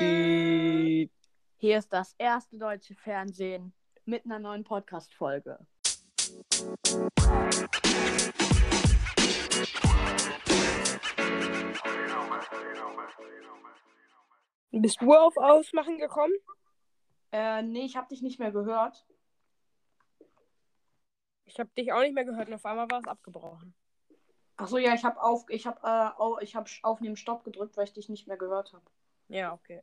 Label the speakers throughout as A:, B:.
A: Hier ist das erste deutsche Fernsehen mit einer neuen Podcast-Folge.
B: Bist du auf Ausmachen gekommen?
A: Äh, nee, ich habe dich nicht mehr gehört.
B: Ich habe dich auch nicht mehr gehört und auf einmal war es abgebrochen.
A: Achso, ja, ich habe auf, ich habe, äh, au- ich habe aufnehmen Stopp gedrückt, weil ich dich nicht mehr gehört habe.
B: Ja, okay.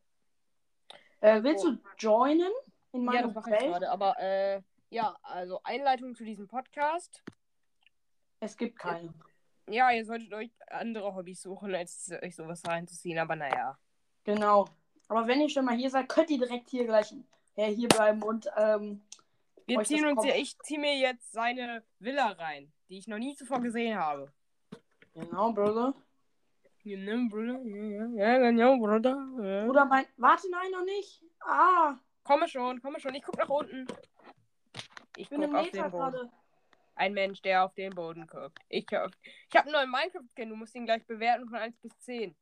A: Äh, willst
B: Oh.
A: du joinen in
B: Ja,
A: meine
B: das mache ich
A: Welt?
B: gerade. Aber äh, ja, also Einleitung zu diesem Podcast.
A: Es gibt keine.
B: Ja, ihr solltet euch andere Hobbys suchen, als euch sowas reinzuziehen, aber naja.
A: Genau. Aber wenn ihr schon mal hier seid, könnt ihr direkt hier gleich ja, hier bleiben und ähm,
B: Wir
A: Euch das
B: ziehen uns
A: kommt-
B: hier, ich ziehe mir jetzt seine Villa rein, die ich noch nie zuvor gesehen habe.
A: genau, Bruder.
B: Ja, ne, Bruder? Ja, ja, ja, genau, Bruder. Ja.
A: Bruder mein. Warte, nein, noch nicht. Ah,
B: Komme schon, komme schon, ich guck nach unten. Ich
A: ich bin
B: guck
A: im
B: auf
A: Meter
B: den Boden.
A: gerade.
B: Ein Mensch, der auf den Boden guckt. Ich, ich habe einen neuen Minecraft-Skin, du musst ihn gleich bewerten von 1 bis 10.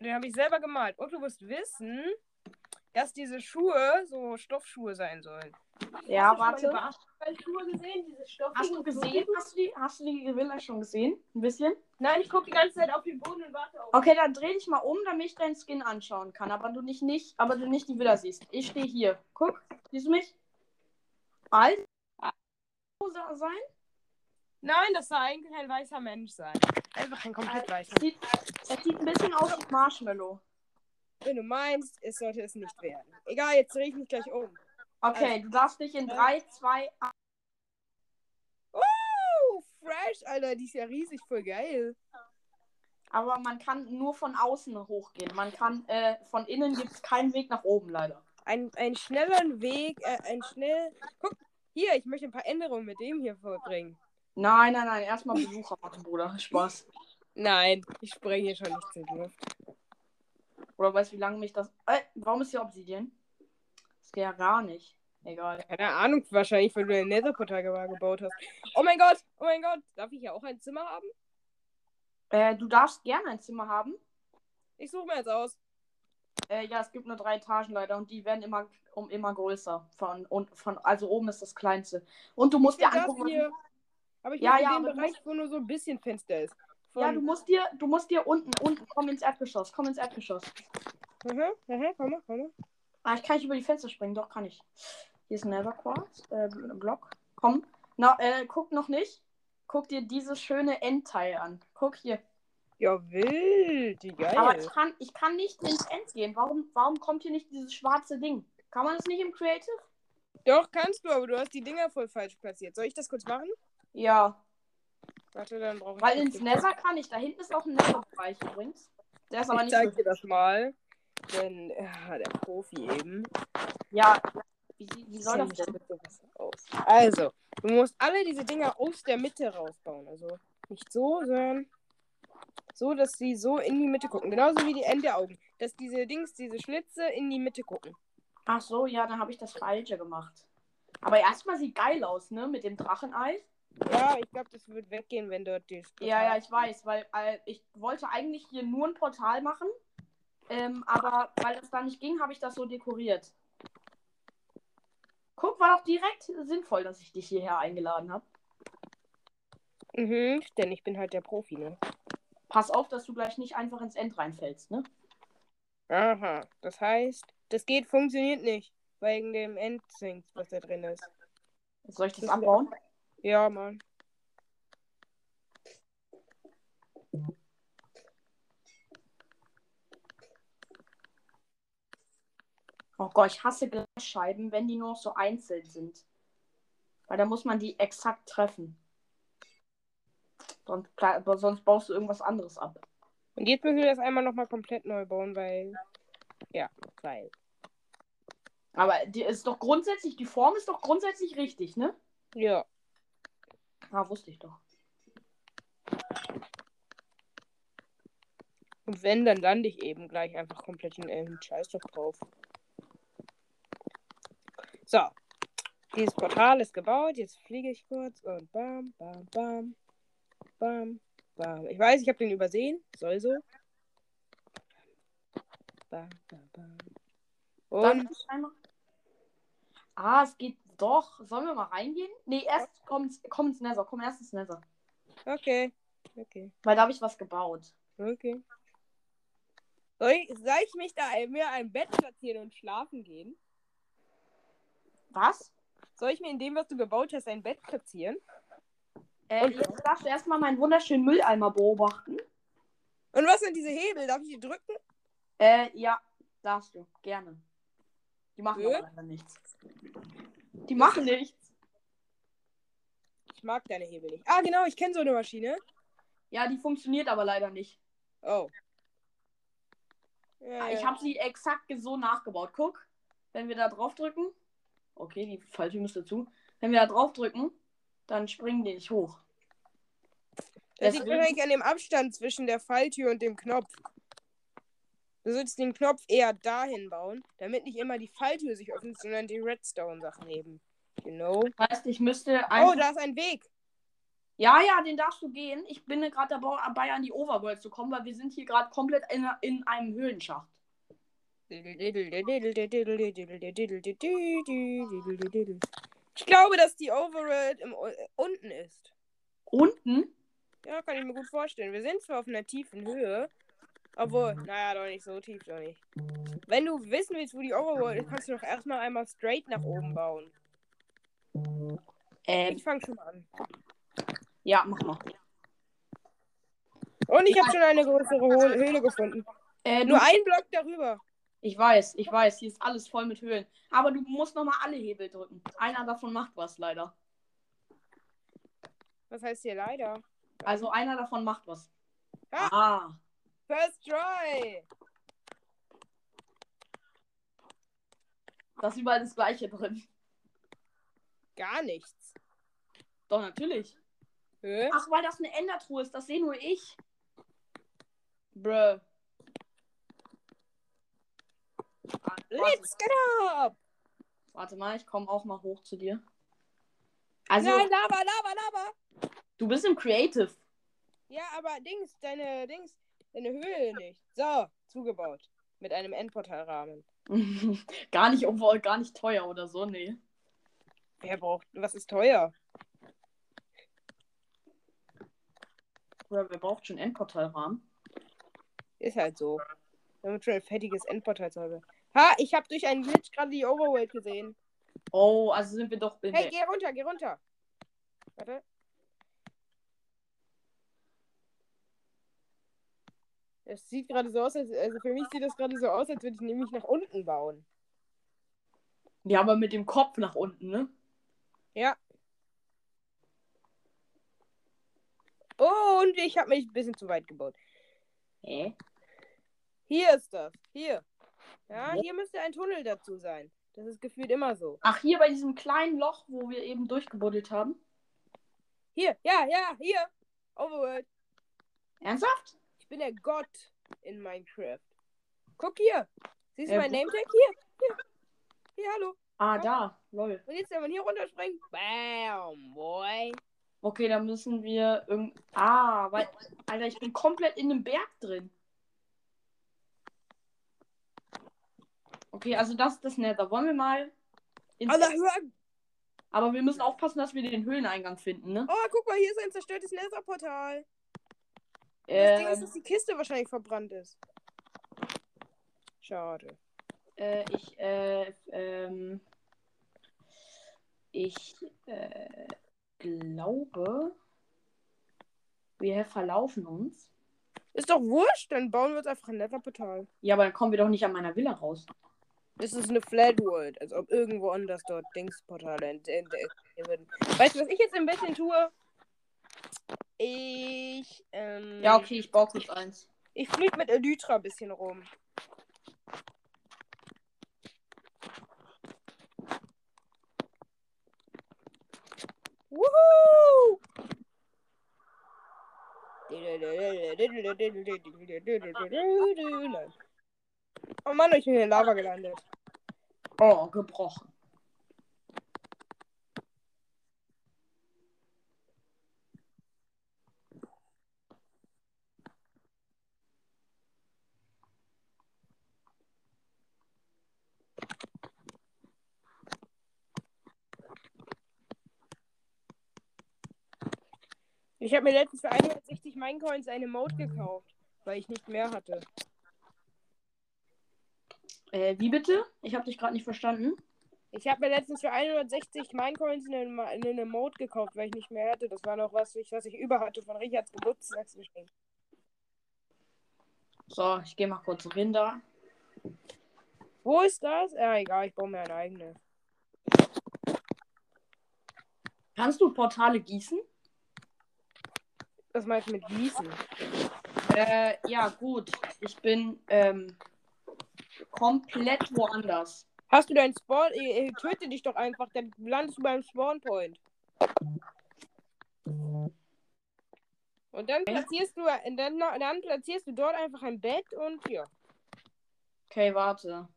B: Den habe ich selber gemalt. Und du musst wissen, dass diese Schuhe so Stoffschuhe sein sollen.
A: Ja,
B: Hast du schon
A: warte.
B: mal die Basketballschuhe gesehen, diese Stoffschuhe?
A: Hast du gesehen? Hast du die, hast du die Villa schon gesehen? Ein bisschen?
B: Nein, ich gucke die ganze Zeit auf den Boden und warte auf.
A: Okay, dann dreh dich mal um, damit ich deinen Skin anschauen kann. Aber du nicht, nicht, aber du nicht die Villa siehst. Ich stehe hier. Guck, siehst du mich? Alt? Rosa sein?
B: Nein, das soll eigentlich ein weißer Mensch sein. Einfach ein komplett weißer.
A: Sieht, das sieht ein bisschen aus wie Marshmallow.
B: Wenn du meinst, es sollte es nicht werden. Egal, jetzt drehe ich mich gleich um.
A: Okay, du darfst dich in 3, 2,
B: Uh, fresh, Alter, die ist ja riesig, voll geil.
A: aber man kann nur von außen hochgehen. Man kann, äh, von innen gibt es keinen Weg nach oben, leider.
B: Ein, ein schnelleren Weg, äh, ein schnell. Guck, hier, ich möchte ein paar Änderungen mit dem hier vorbringen.
A: Nein, nein, nein, erstmal Besucher machen, Bruder. Spaß.
B: Nein, ich springe hier schon nichts in die Luft.
A: Oder weißt du, wie lange mich das. Äh, warum ist hier Obsidian? Das geht ja gar nicht. Egal.
B: Keine Ahnung, wahrscheinlich, weil du ein Netherportal ge- gebaut hast. Oh mein Gott, oh mein Gott, darf ich hier auch ein Zimmer haben?
A: Äh, du darfst gerne ein Zimmer haben.
B: Ich suche mir jetzt aus.
A: Äh, ja, es gibt nur drei Etagen leider und die werden immer, um, immer größer. Von, und von, also oben ist das kleinste. Und du musst
B: Ich will
A: dir angucken.
B: das
A: was-
B: hier. Aber ich ja,
A: Ja, ja,
B: ja, den
A: aber du
B: Bereich, wo nur so ein bisschen Fenster ist. Von,
A: Ja, du musst dir, du musst dir unten, unten, komm ins Erdgeschoss, komm ins Erdgeschoss.
B: Aha, aha, mhm, komm mal, komm mal.
A: Ah, ich kann nicht über die Fenster springen, doch kann ich. Hier ist ein Netherquartz, äh, Block. Komm. Na, äh, guck noch nicht. Guck dir dieses schöne Endteil an. Guck hier.
B: Ja, wild, die geil.
A: Aber ich kann, ich kann nicht ins End gehen. Warum, warum kommt hier nicht dieses schwarze Ding? Kann man das nicht im Creative?
B: Doch, kannst du, aber du hast die Dinger voll falsch platziert. Soll ich das kurz machen?
A: Ja,
B: Warte, dann brauche ich.
A: Weil
B: kurz
A: ins
B: den-
A: Nether kann ich. Da hinten ist auch ein Nether-Bereich übrigens. Der ist aber
B: Ich
A: nicht
B: zeig
A: so.
B: dir das mal. Denn äh, der Profi eben.
A: Ja. Wie, wie soll das
B: Kennt sich
A: denn?
B: mit sowas aus. Also, du musst alle diese Dinger aus der Mitte rausbauen. Also nicht so, sondern so, dass sie so in die Mitte gucken. Genauso wie die Endeaugen. Dass diese Dings, diese Schlitze in die Mitte gucken.
A: Ach so, ja, dann habe ich das Falsche gemacht. Aber erstmal sieht geil aus, ne? Mit dem Drachenei.
B: Ja, ich glaube, das wird weggehen, wenn dort die.
A: Ja, ja, ich weiß, weil äh, ich wollte eigentlich hier nur ein Portal machen. Ähm, aber weil das da nicht ging, habe ich das so dekoriert. Guck, war doch direkt sinnvoll, dass ich dich hierher eingeladen habe.
B: Mhm, denn ich bin halt der Profi, ne?
A: Pass auf, dass du gleich nicht einfach ins End reinfällst, ne?
B: Aha, das heißt, das geht, funktioniert nicht. Wegen dem Endzink, was da drin ist.
A: Soll ich das
B: Das ist-
A: abbauen?
B: Ja, Mann.
A: Oh Gott, ich hasse Glasscheiben, wenn die nur noch so einzeln sind. Weil da muss man die exakt treffen. Sonst, klar, aber sonst baust du irgendwas anderes ab.
B: Und jetzt müssen wir das einmal nochmal komplett neu bauen, weil. Ja, weil.
A: Aber die ist doch grundsätzlich, die Form ist doch grundsätzlich richtig, ne?
B: Ja.
A: Ah, wusste ich doch.
B: Und wenn, dann lande ich eben gleich einfach komplett in einem Scheißdruck drauf. So. Dieses Portal ist gebaut. Jetzt fliege ich kurz und bam, bam, bam. Bam, bam. Ich weiß, ich habe den übersehen. Soll so. Bam, bam, bam.
A: Dann
B: Und
A: ist einmal- Ah, es geht doch. Sollen wir mal reingehen? Nee, erst kommt's, komm ins Nether. Komm erst ins Nether.
B: okay. Okay.
A: Weil da habe ich was gebaut.
B: Okay. Soll ich, soll ich mich da ein- mir ein Bett platzieren und schlafen gehen?
A: Was?
B: Soll ich mir in dem, was du gebaut hast, ein Bett platzieren?
A: Äh,
B: Und-
A: jetzt darfst du erstmal meinen wunderschönen Mülleimer beobachten.
B: Und was sind diese Hebel? Darf ich die drücken?
A: Äh, ja, darfst du. Gerne. Die machen
B: Nö.
A: aber leider nichts. Die machen nichts.
B: Ich mag deine Hebel nicht. Ah, genau, ich kenne so eine Maschine.
A: Ja, die funktioniert aber leider nicht. Ah,
B: Oh. Ja,
A: Ich
B: ja.
A: habe sie exakt so nachgebaut. Guck, wenn wir da drauf drücken. Okay, die falsche müsste zu. Wenn wir da drauf drücken, dann springen die nicht hoch.
B: Das liegt
A: Deswegen-
B: wahrscheinlich an dem Abstand zwischen der Falltür und dem Knopf. Du solltest den Knopf eher dahin bauen, damit nicht immer die Falltür sich öffnet, sondern die Redstone-Sachen eben. Genau.
A: Das heißt, ich müsste
B: Oh,
A: einfach.
B: da ist ein Weg.
A: ja, ja, den darfst du gehen. Ich bin gerade dabei, an die Overworld zu kommen, weil wir sind hier gerade komplett in, in einem Höhlenschacht.
B: Ich glaube, dass die Overworld im, O- äh, unten ist.
A: Unten?
B: Ja, kann ich mir gut vorstellen. Wir sind zwar auf einer tiefen Höhe, obwohl, naja, doch nicht so tief, doch nicht. Wenn du wissen willst, wo die Overworld ist, kannst du doch erstmal einmal straight nach oben bauen.
A: Äh,
B: Ich fange schon mal an.
A: ja, mach mal.
B: Und ich habe schon eine größere Ho- Höhle gefunden.
A: Äh, du,
B: Nur ein Block darüber.
A: ich weiß, ich weiß, hier ist alles voll mit Höhlen. Aber du musst nochmal alle Hebel drücken. Einer davon macht was leider.
B: Was heißt hier leider?
A: Also einer davon macht was.
B: Ah.
A: Ah.
B: First try!
A: Da ist überall das gleiche drin.
B: Gar nichts.
A: Doch, natürlich.
B: Hä?
A: Ach, weil das eine Endertruhe ist, das sehe nur ich. Bruh. Ah, Warte,
B: Let's get up!
A: warte mal, ich komme auch mal hoch zu dir. Also,
B: Nein, Lava, Lava, Lava!
A: du bist im Creative.
B: Ja, aber Dings, deine Dings, deine Höhle nicht. So, zugebaut. Mit einem Endportalrahmen.
A: gar nicht overall, gar nicht teuer oder so, nee.
B: Wer braucht. Was ist teuer?
A: Bruh, wer braucht schon Endportalrahmen?
B: Ist halt so. Damit schon ein fettiges Endportal zu haben. Ha, ich habe durch einen Glitch gerade die Overworld gesehen.
A: Oh, also sind wir doch in
B: Hey,
A: der.
B: geh runter, geh runter. Warte. Es sieht gerade so aus, als, also für mich sieht das gerade so aus, als würde ich nämlich nach unten bauen.
A: Ja, aber mit dem Kopf nach unten, ne?
B: Ja. Oh, und ich habe mich ein bisschen zu weit gebaut.
A: Hä?
B: Hier ist das. Hier. Ja, hier müsste ein Tunnel dazu sein. Das ist gefühlt immer so.
A: Ach, hier bei diesem kleinen Loch, wo wir eben durchgebuddelt haben.
B: Hier, ja, ja, hier. Overworld.
A: Ernsthaft?
B: Ich bin der Gott in Minecraft. Guck hier. Siehst du
A: Äh,
B: mein Nametag? Hier, hier. Hier, hallo.
A: Ah, da. Lol.
B: Und jetzt, wenn man hier runterspringt. Bam, boy.
A: Okay, dann müssen wir irgend. Ah, weil. Alter, ich bin komplett in einem Berg drin. Okay, also das ist das Nether. Wollen wir mal. Ins
B: Allah, hör.
A: Aber wir müssen aufpassen, dass wir den Höhleneingang finden, ne?
B: Oh, guck mal, hier ist ein zerstörtes Netherportal. Das Ding ist,
A: Ähm,
B: dass die Kiste wahrscheinlich verbrannt ist. Schade.
A: äh, ich, äh, ähm. Ich, äh, glaube. Wir verlaufen uns.
B: Ist doch wurscht, dann bauen wir uns einfach ein Netherportal.
A: Ja, aber dann kommen wir doch nicht an meiner Villa raus.
B: Das ist eine Flatworld, als ob irgendwo anders dort Dingsportale ent- ent- entdeckt würden. Weißt du, was ich jetzt ein bisschen tue? Ich, ähm,
A: Ja, okay, ich baue kurz eins.
B: ich flieg mit Elytra ein bisschen rum. Wuhu! Oh Mann, ich bin in der Lava gelandet.
A: Oh, gebrochen.
B: Ich habe mir letztens für 160 Minecoins eine Mode gekauft, weil ich nicht mehr hatte.
A: Äh, wie bitte? Ich habe dich gerade nicht verstanden.
B: Ich habe mir letztens für 160 Minecoins eine, Ma- eine Mode gekauft, weil ich nicht mehr hatte. Das war noch was, ich, was ich über hatte von Richards Geburtstagsgeschenk.
A: So, ich gehe mal kurz runter.
B: Wo ist das? Ja, egal, ich baue mir eine eigene.
A: Kannst du Portale gießen?
B: Was meinst du mit Gießen?
A: Äh, ja, gut. Ich bin ähm, komplett woanders.
B: Hast du deinen Spawn? Äh, äh, töte dich doch einfach, dann landest du beim Spawnpoint. Und dann platzierst du, äh, dann, dann platzierst du dort einfach ein Bett und ja.
A: Okay, warte.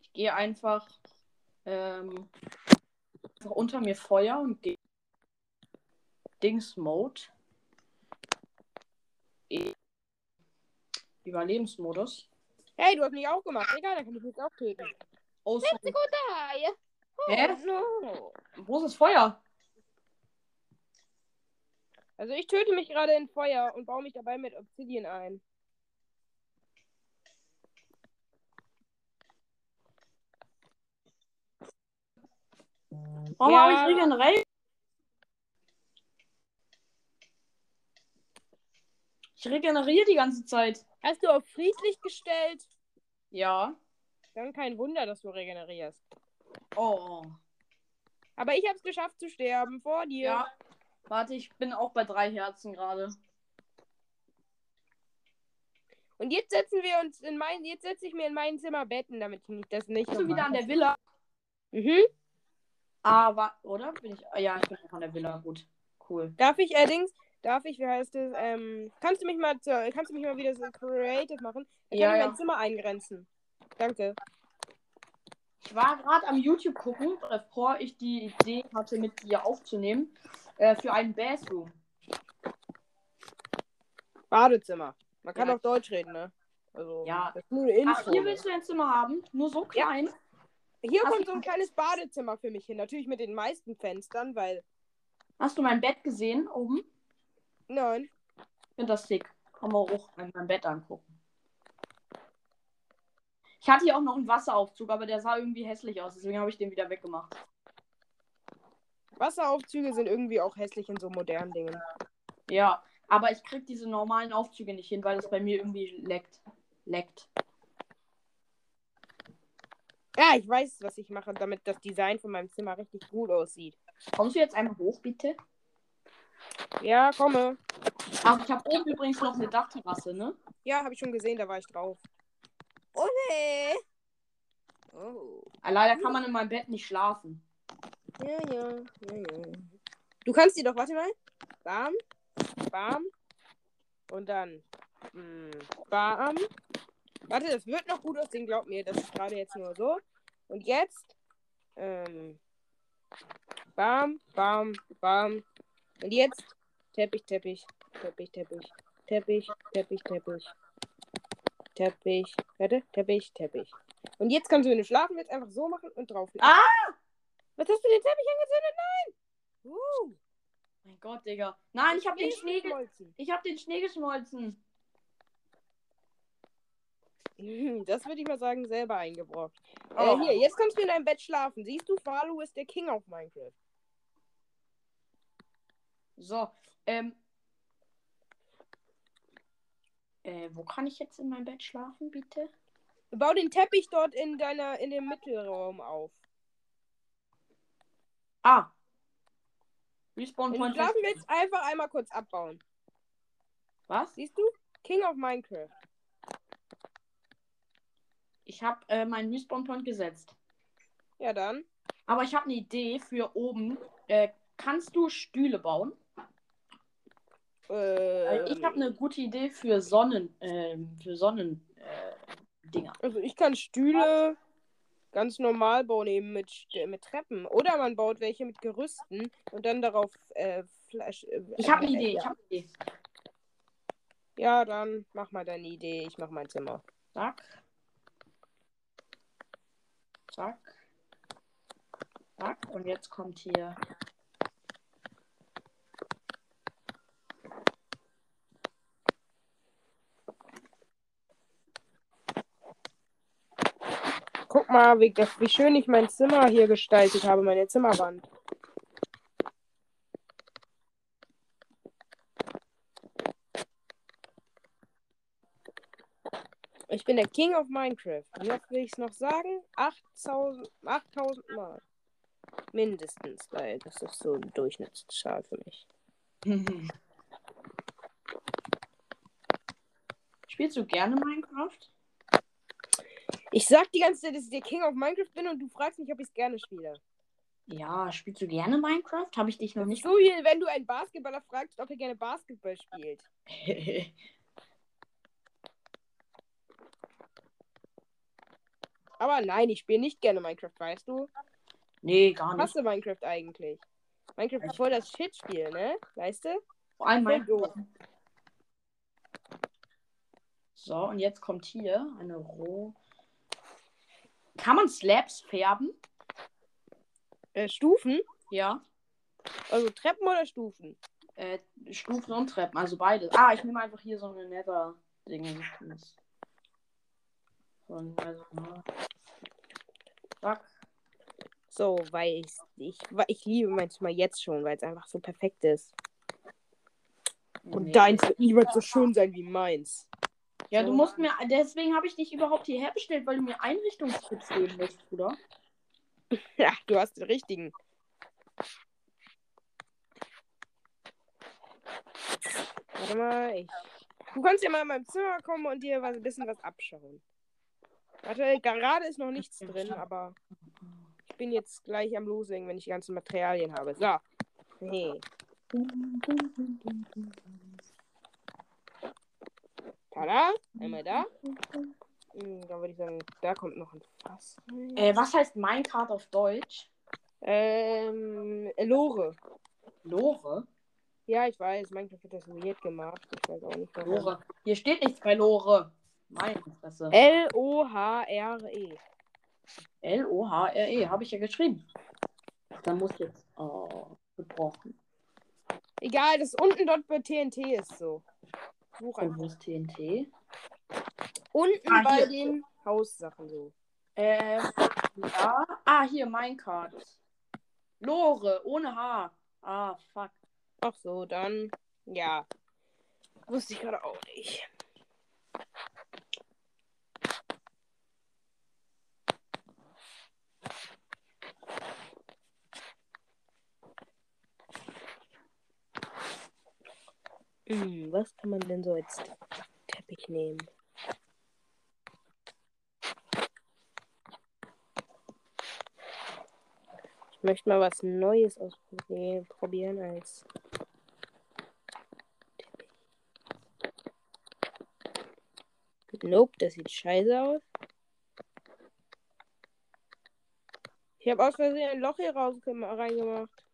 A: Ich gehe einfach, ähm, einfach unter mir Feuer und gehe. Dings Mode. E- Überlebensmodus.
B: Hey, du hast mich auch gemacht. Egal, dann kann ich mich auch töten.
A: Oh, sorry.
C: Die.
A: Hä?
B: No.
A: Wo ist das Feuer?
B: Also ich töte mich gerade in Feuer und baue mich dabei mit Obsidian ein.
A: Warum
B: Ja.
A: habe ich regeneriert? Ich regeneriere die ganze Zeit.
B: Hast du auf friedlich gestellt?
A: Ja.
B: Dann kein Wunder, dass du regenerierst.
A: Oh.
B: Aber ich hab's geschafft zu sterben vor dir.
A: Ja. Warte, ich bin auch bei drei Herzen gerade.
B: Und jetzt setzen wir uns in mein, jetzt setze ich mir in mein Zimmer Betten, damit ich nicht das nicht.
A: Bist du
B: nochmal-
A: wieder an der Villa?
B: Mhm.
A: Ah, wa- oder? Bin ich. ah, Ja, ich bin auch an der Villa. Gut. Cool.
B: Darf ich allerdings, darf ich, wie heißt es, ähm, kannst du mich mal, zur- kannst du mich mal wieder so creative machen? Dann
A: Ja,
B: kann ich
A: ja.
B: mein Zimmer eingrenzen. Danke.
A: Ich war gerade am YouTube gucken, bevor ich die Idee hatte, mit dir aufzunehmen. Äh, für einen Bathroom.
B: Badezimmer. Man kann
A: Ja.
B: auch Deutsch reden, ne? Also,
A: Ja.
B: das ist nur eine Info.
A: Ach, hier
B: ne?
A: willst du ein Zimmer haben? Nur so klein?
B: hier
A: Hast
B: kommt
A: du-
B: so ein kleines Badezimmer für mich hin. Natürlich mit den meisten Fenstern, weil,
A: Hast du mein Bett gesehen oben?
B: nein.
A: finde das sick. Kann man auch an meinem Bett angucken. Ich hatte hier auch noch einen Wasseraufzug, aber der sah irgendwie hässlich aus, deswegen habe ich den wieder weggemacht.
B: Wasseraufzüge sind irgendwie auch hässlich in so modernen Dingen.
A: Ja, aber ich krieg diese normalen Aufzüge nicht hin, weil das bei mir irgendwie leckt. Leckt.
B: Ja, ich weiß, was ich mache, damit das Design von meinem Zimmer richtig gut aussieht.
A: Kommst du jetzt einmal hoch, bitte?
B: Ja, komme.
A: Ach, ich habe oben übrigens noch eine Dachterrasse, ne?
B: Ja, habe ich schon gesehen, da war ich drauf. Ole! Oh.
A: Ah, Leider kann man in meinem Bett nicht schlafen.
B: Ja, ja, ja, ja. Du kannst die doch, warte mal. Bam, bam. Und dann. mm, Bam. Warte, das wird noch gut aussehen, glaub mir. Das ist gerade jetzt nur so. Und jetzt. Ähm, bam, bam, bam. Und jetzt. Teppich, Teppich, Teppich, Teppich, Teppich, Teppich, Teppich. Teppich, warte, Teppich, Teppich. Und jetzt kannst du, wenn du schlafen willst, einfach so machen und drauf.
A: Ah!
B: Was hast du den Teppich angezündet? Nein! Uh,
A: Mein Gott, Digga. Nein, ich habe den Schnee ge
B: geschmolzen.
A: ich hab den Schnee geschmolzen.
B: Hm, Das würde ich mal sagen, selber eingebrockt. Äh,
A: Oh.
B: hier, jetzt kannst du in deinem Bett schlafen. Siehst du, Falu ist der King auf Minecraft.
A: So, ähm. Äh, wo kann ich jetzt in meinem Bett schlafen, bitte?
B: Bau den Teppich dort in deiner, in dem Mittelraum auf.
A: Ah. Respawn
B: Wenn du
A: Point.
B: schlafen willst, einfach einmal kurz abbauen.
A: Was?
B: Siehst du? King auf Minecraft.
A: Ich habe äh, meinen Respawn Point gesetzt.
B: Ja, dann.
A: Aber ich habe eine Idee für oben. Äh, kannst du Stühle bauen? Weil
B: Äh,
A: ich ne- habe eine gute Idee für Sonnen. ähm, für Sonnen. Äh, Dinger.
B: Also ich kann Stühle ganz normal bauen, eben mit, St- mit Treppen. Oder man baut welche mit Gerüsten und dann darauf äh, Flash. äh,
A: Ich habe
B: äh,
A: eine Idee.
B: ja.
A: Ich habe eine Idee.
B: Ja, dann mach mal deine Idee. Ich mach mein Zimmer.
A: Zack. Zack. Zack. Und jetzt kommt hier.
B: Guck mal, wie, wie schön ich mein Zimmer hier gestaltet habe, meine Zimmerwand. Ich bin der King of Minecraft. Wie oft will ich es noch sagen? 8000, 8000 Mal. Mindestens, weil das ist so ein Durchschnittszahl für mich.
A: Spielst du gerne Minecraft?
B: Ich sag die ganze Zeit, dass ich der King of Minecraft bin und du fragst mich, ob ich es gerne spiele.
A: Ja, spielst du gerne Minecraft? Habe ich dich noch nicht.
B: So wie wenn du einen Basketballer fragst, ob er gerne Basketball spielt. Aber nein, ich spiele nicht gerne Minecraft, weißt du?
A: nee, gar
B: Ich
A: nicht.
B: hasse Minecraft eigentlich. Minecraft ist voll das Shit-Spiel, ne? Weißt du?
A: Vor allem
B: Voll
A: Minecraft.
B: doof.
A: So, und jetzt kommt hier eine roh. Kann man Slabs färben?
B: Äh, Stufen?
A: Ja.
B: Also Treppen oder Stufen?
A: Äh, Stufen und Treppen, also beides. Ah, ich nehme einfach hier so eine nether Ding. Von, also, zack.
B: So, weil ich, ich, weil ich liebe manchmal jetzt schon, weil es einfach so perfekt ist. Und
A: Nee.
B: deins wird niemals so schön sein wie meins.
A: Ja, du musst mir. Deswegen habe ich dich überhaupt hierher bestellt, weil du mir Einrichtungstipps geben willst, Bruder.
B: Ja, du hast den richtigen. Warte mal, ich. Du kannst ja mal in meinem Zimmer kommen und dir was, ein bisschen was abschauen. Warte, gerade ist noch nichts drin, aber ich bin jetzt gleich am Loslegen, wenn ich die ganzen Materialien habe. So. Nee, tada. Einmal da. Hm, Da würde ich sagen, da kommt noch ein Fass. rein.
A: Äh, was heißt Minecraft auf Deutsch?
B: Ähm, Lore.
A: Lore?
B: Ja, ich weiß, Minecraft hat das weird gemacht. Ich weiß auch nicht, warum.
A: Lore. Hier steht nichts bei Lore. Meine Fresse.
B: Äh. L-O-H-R-E.
A: L-O-H-R-E. E, Habe ich ja geschrieben. Ach, Da muss jetzt. Oh, gebrochen.
B: Egal, das unten dort bei TNT ist so. Such
A: Und
B: einfach.
A: wo ist TNT?
B: Unten
A: Ah,
B: bei
A: hier.
B: den Haussachen so.
A: Äh, ja. Ah, hier, Minecraft. Lore, ohne H. Ah, fuck.
B: Ach so, dann. Ja. Wusste ich gerade auch nicht. Hm, was kann man denn so als Teppich nehmen? Ich möchte mal was Neues ausprobieren als Nope, das sieht scheiße aus. Ich habe aus Versehen ein Loch hier rausgema- reingemacht.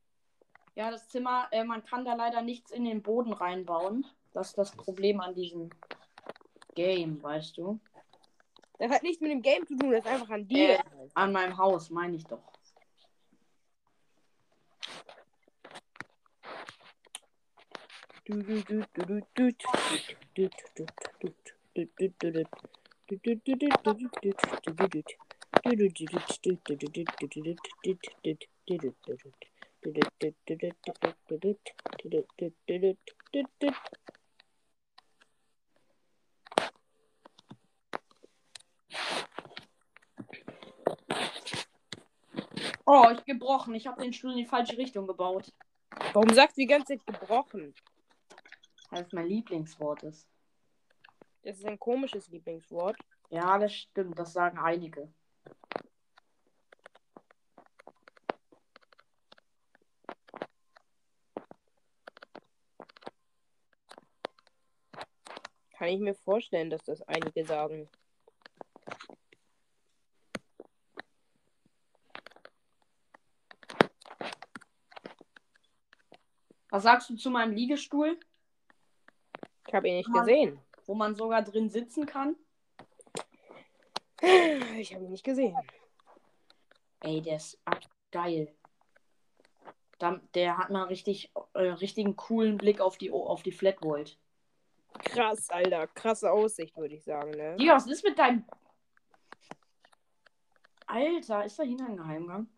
A: Ja, das Zimmer, äh, man kann da leider nichts in den Boden reinbauen. Das ist das Problem an diesem Game, weißt du?
B: Das hat nichts mit dem Game zu tun, das ist einfach an
A: Äh.
B: dir.
A: An meinem Haus, meine ich doch.
B: Du, du, du, du, du, du, du, du, du, du, du, du, du, du, du. Du, du, du, du, du, du, du, du, du, du. Du, du, du, du, du, du, du, du, du, du, du, du, du, du, du, du. Du, du, du, du, du, du, du, du, du, du, du, du, du, du.
A: Oh, ich gebrochen. Ich habe den Stuhl in die falsche Richtung gebaut.
B: Warum sagst du die ganze Zeit gebrochen?
A: Weil es mein Lieblingswort ist.
B: Das ist ein komisches Lieblingswort.
A: Ja, das stimmt. Das sagen einige.
B: Kann ich mir vorstellen, dass das einige sagen.
A: Was sagst du zu meinem Liegestuhl,
B: Ich habe ihn nicht
A: Mann.
B: gesehen.
A: wo man sogar drin sitzen kann?
B: Ich habe ihn nicht gesehen.
A: Ey, der ist ab- geil. Da, der hat mal richtig, äh, richtigen coolen Blick auf die, O- auf die Flat World.
B: Krass, Alter. Krasse Aussicht, würde ich sagen, ne?
A: Digga, was ist mit deinem. Alter, ist da hinter ein Geheimgang?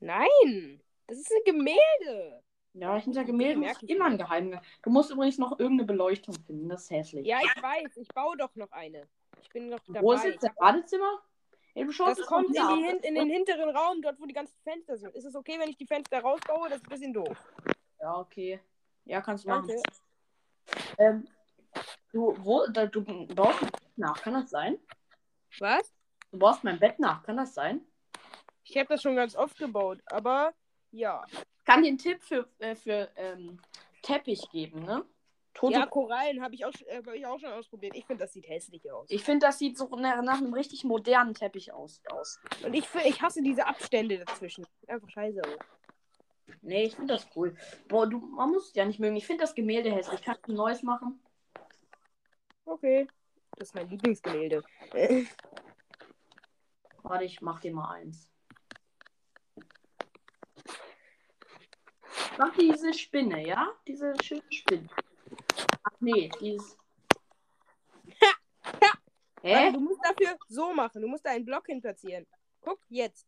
B: Nein! Das ist ein Gemälde!
A: Ja, hinter Gemälden
B: merk
A: ist
B: ich
A: immer ein Geheimgang. Du musst übrigens noch irgendeine Beleuchtung finden, das ist hässlich.
B: Ja, ich weiß, ich baue doch noch eine. Ich bin noch dabei.
A: Wo ist jetzt das Badezimmer? Ey, du schaust
B: Das
A: es
B: kommt in,
A: noch
B: die,
A: wieder
B: hin-
A: ab.
B: in den hinteren Raum, dort wo die ganzen Fenster sind. Ist es okay, wenn ich die Fenster rausbaue? Das ist ein bisschen doof.
A: Ja, okay. Ja, kannst du machen.
B: Danke.
A: Ähm, du, wo, da, du baust mein Bett nach, kann das sein?
B: Was?
A: Du baust mein Bett nach, kann das sein?
B: Ich habe das schon ganz oft gebaut, aber ja.
A: Kann dir einen Tipp für, äh, für ähm, Teppich geben, ne? Tote
B: Ja, Korallen habe ich, auch sch- äh, hab ich auch schon ausprobiert. Ich finde, das sieht hässlich aus.
A: Ich finde, das sieht so nach, nach einem richtig modernen Teppich aus. aus.
B: Und ich, fi- ich hasse diese Abstände dazwischen. Sieht Einfach scheiße. aus.
A: Nee, ich finde das cool. Boah, du, man muss es ja nicht mögen. Ich finde das Gemälde hässlich. Kannst du ein neues machen?
B: Okay. Das ist mein Lieblingsgemälde.
A: Warte, ich mach dir mal eins. Mach diese Spinne, ja? Diese schöne Spinne. Ach nee, dieses.
B: Warte,
A: Hä?
B: Du musst dafür so machen. Du musst da einen Block hin platzieren. Guck, jetzt.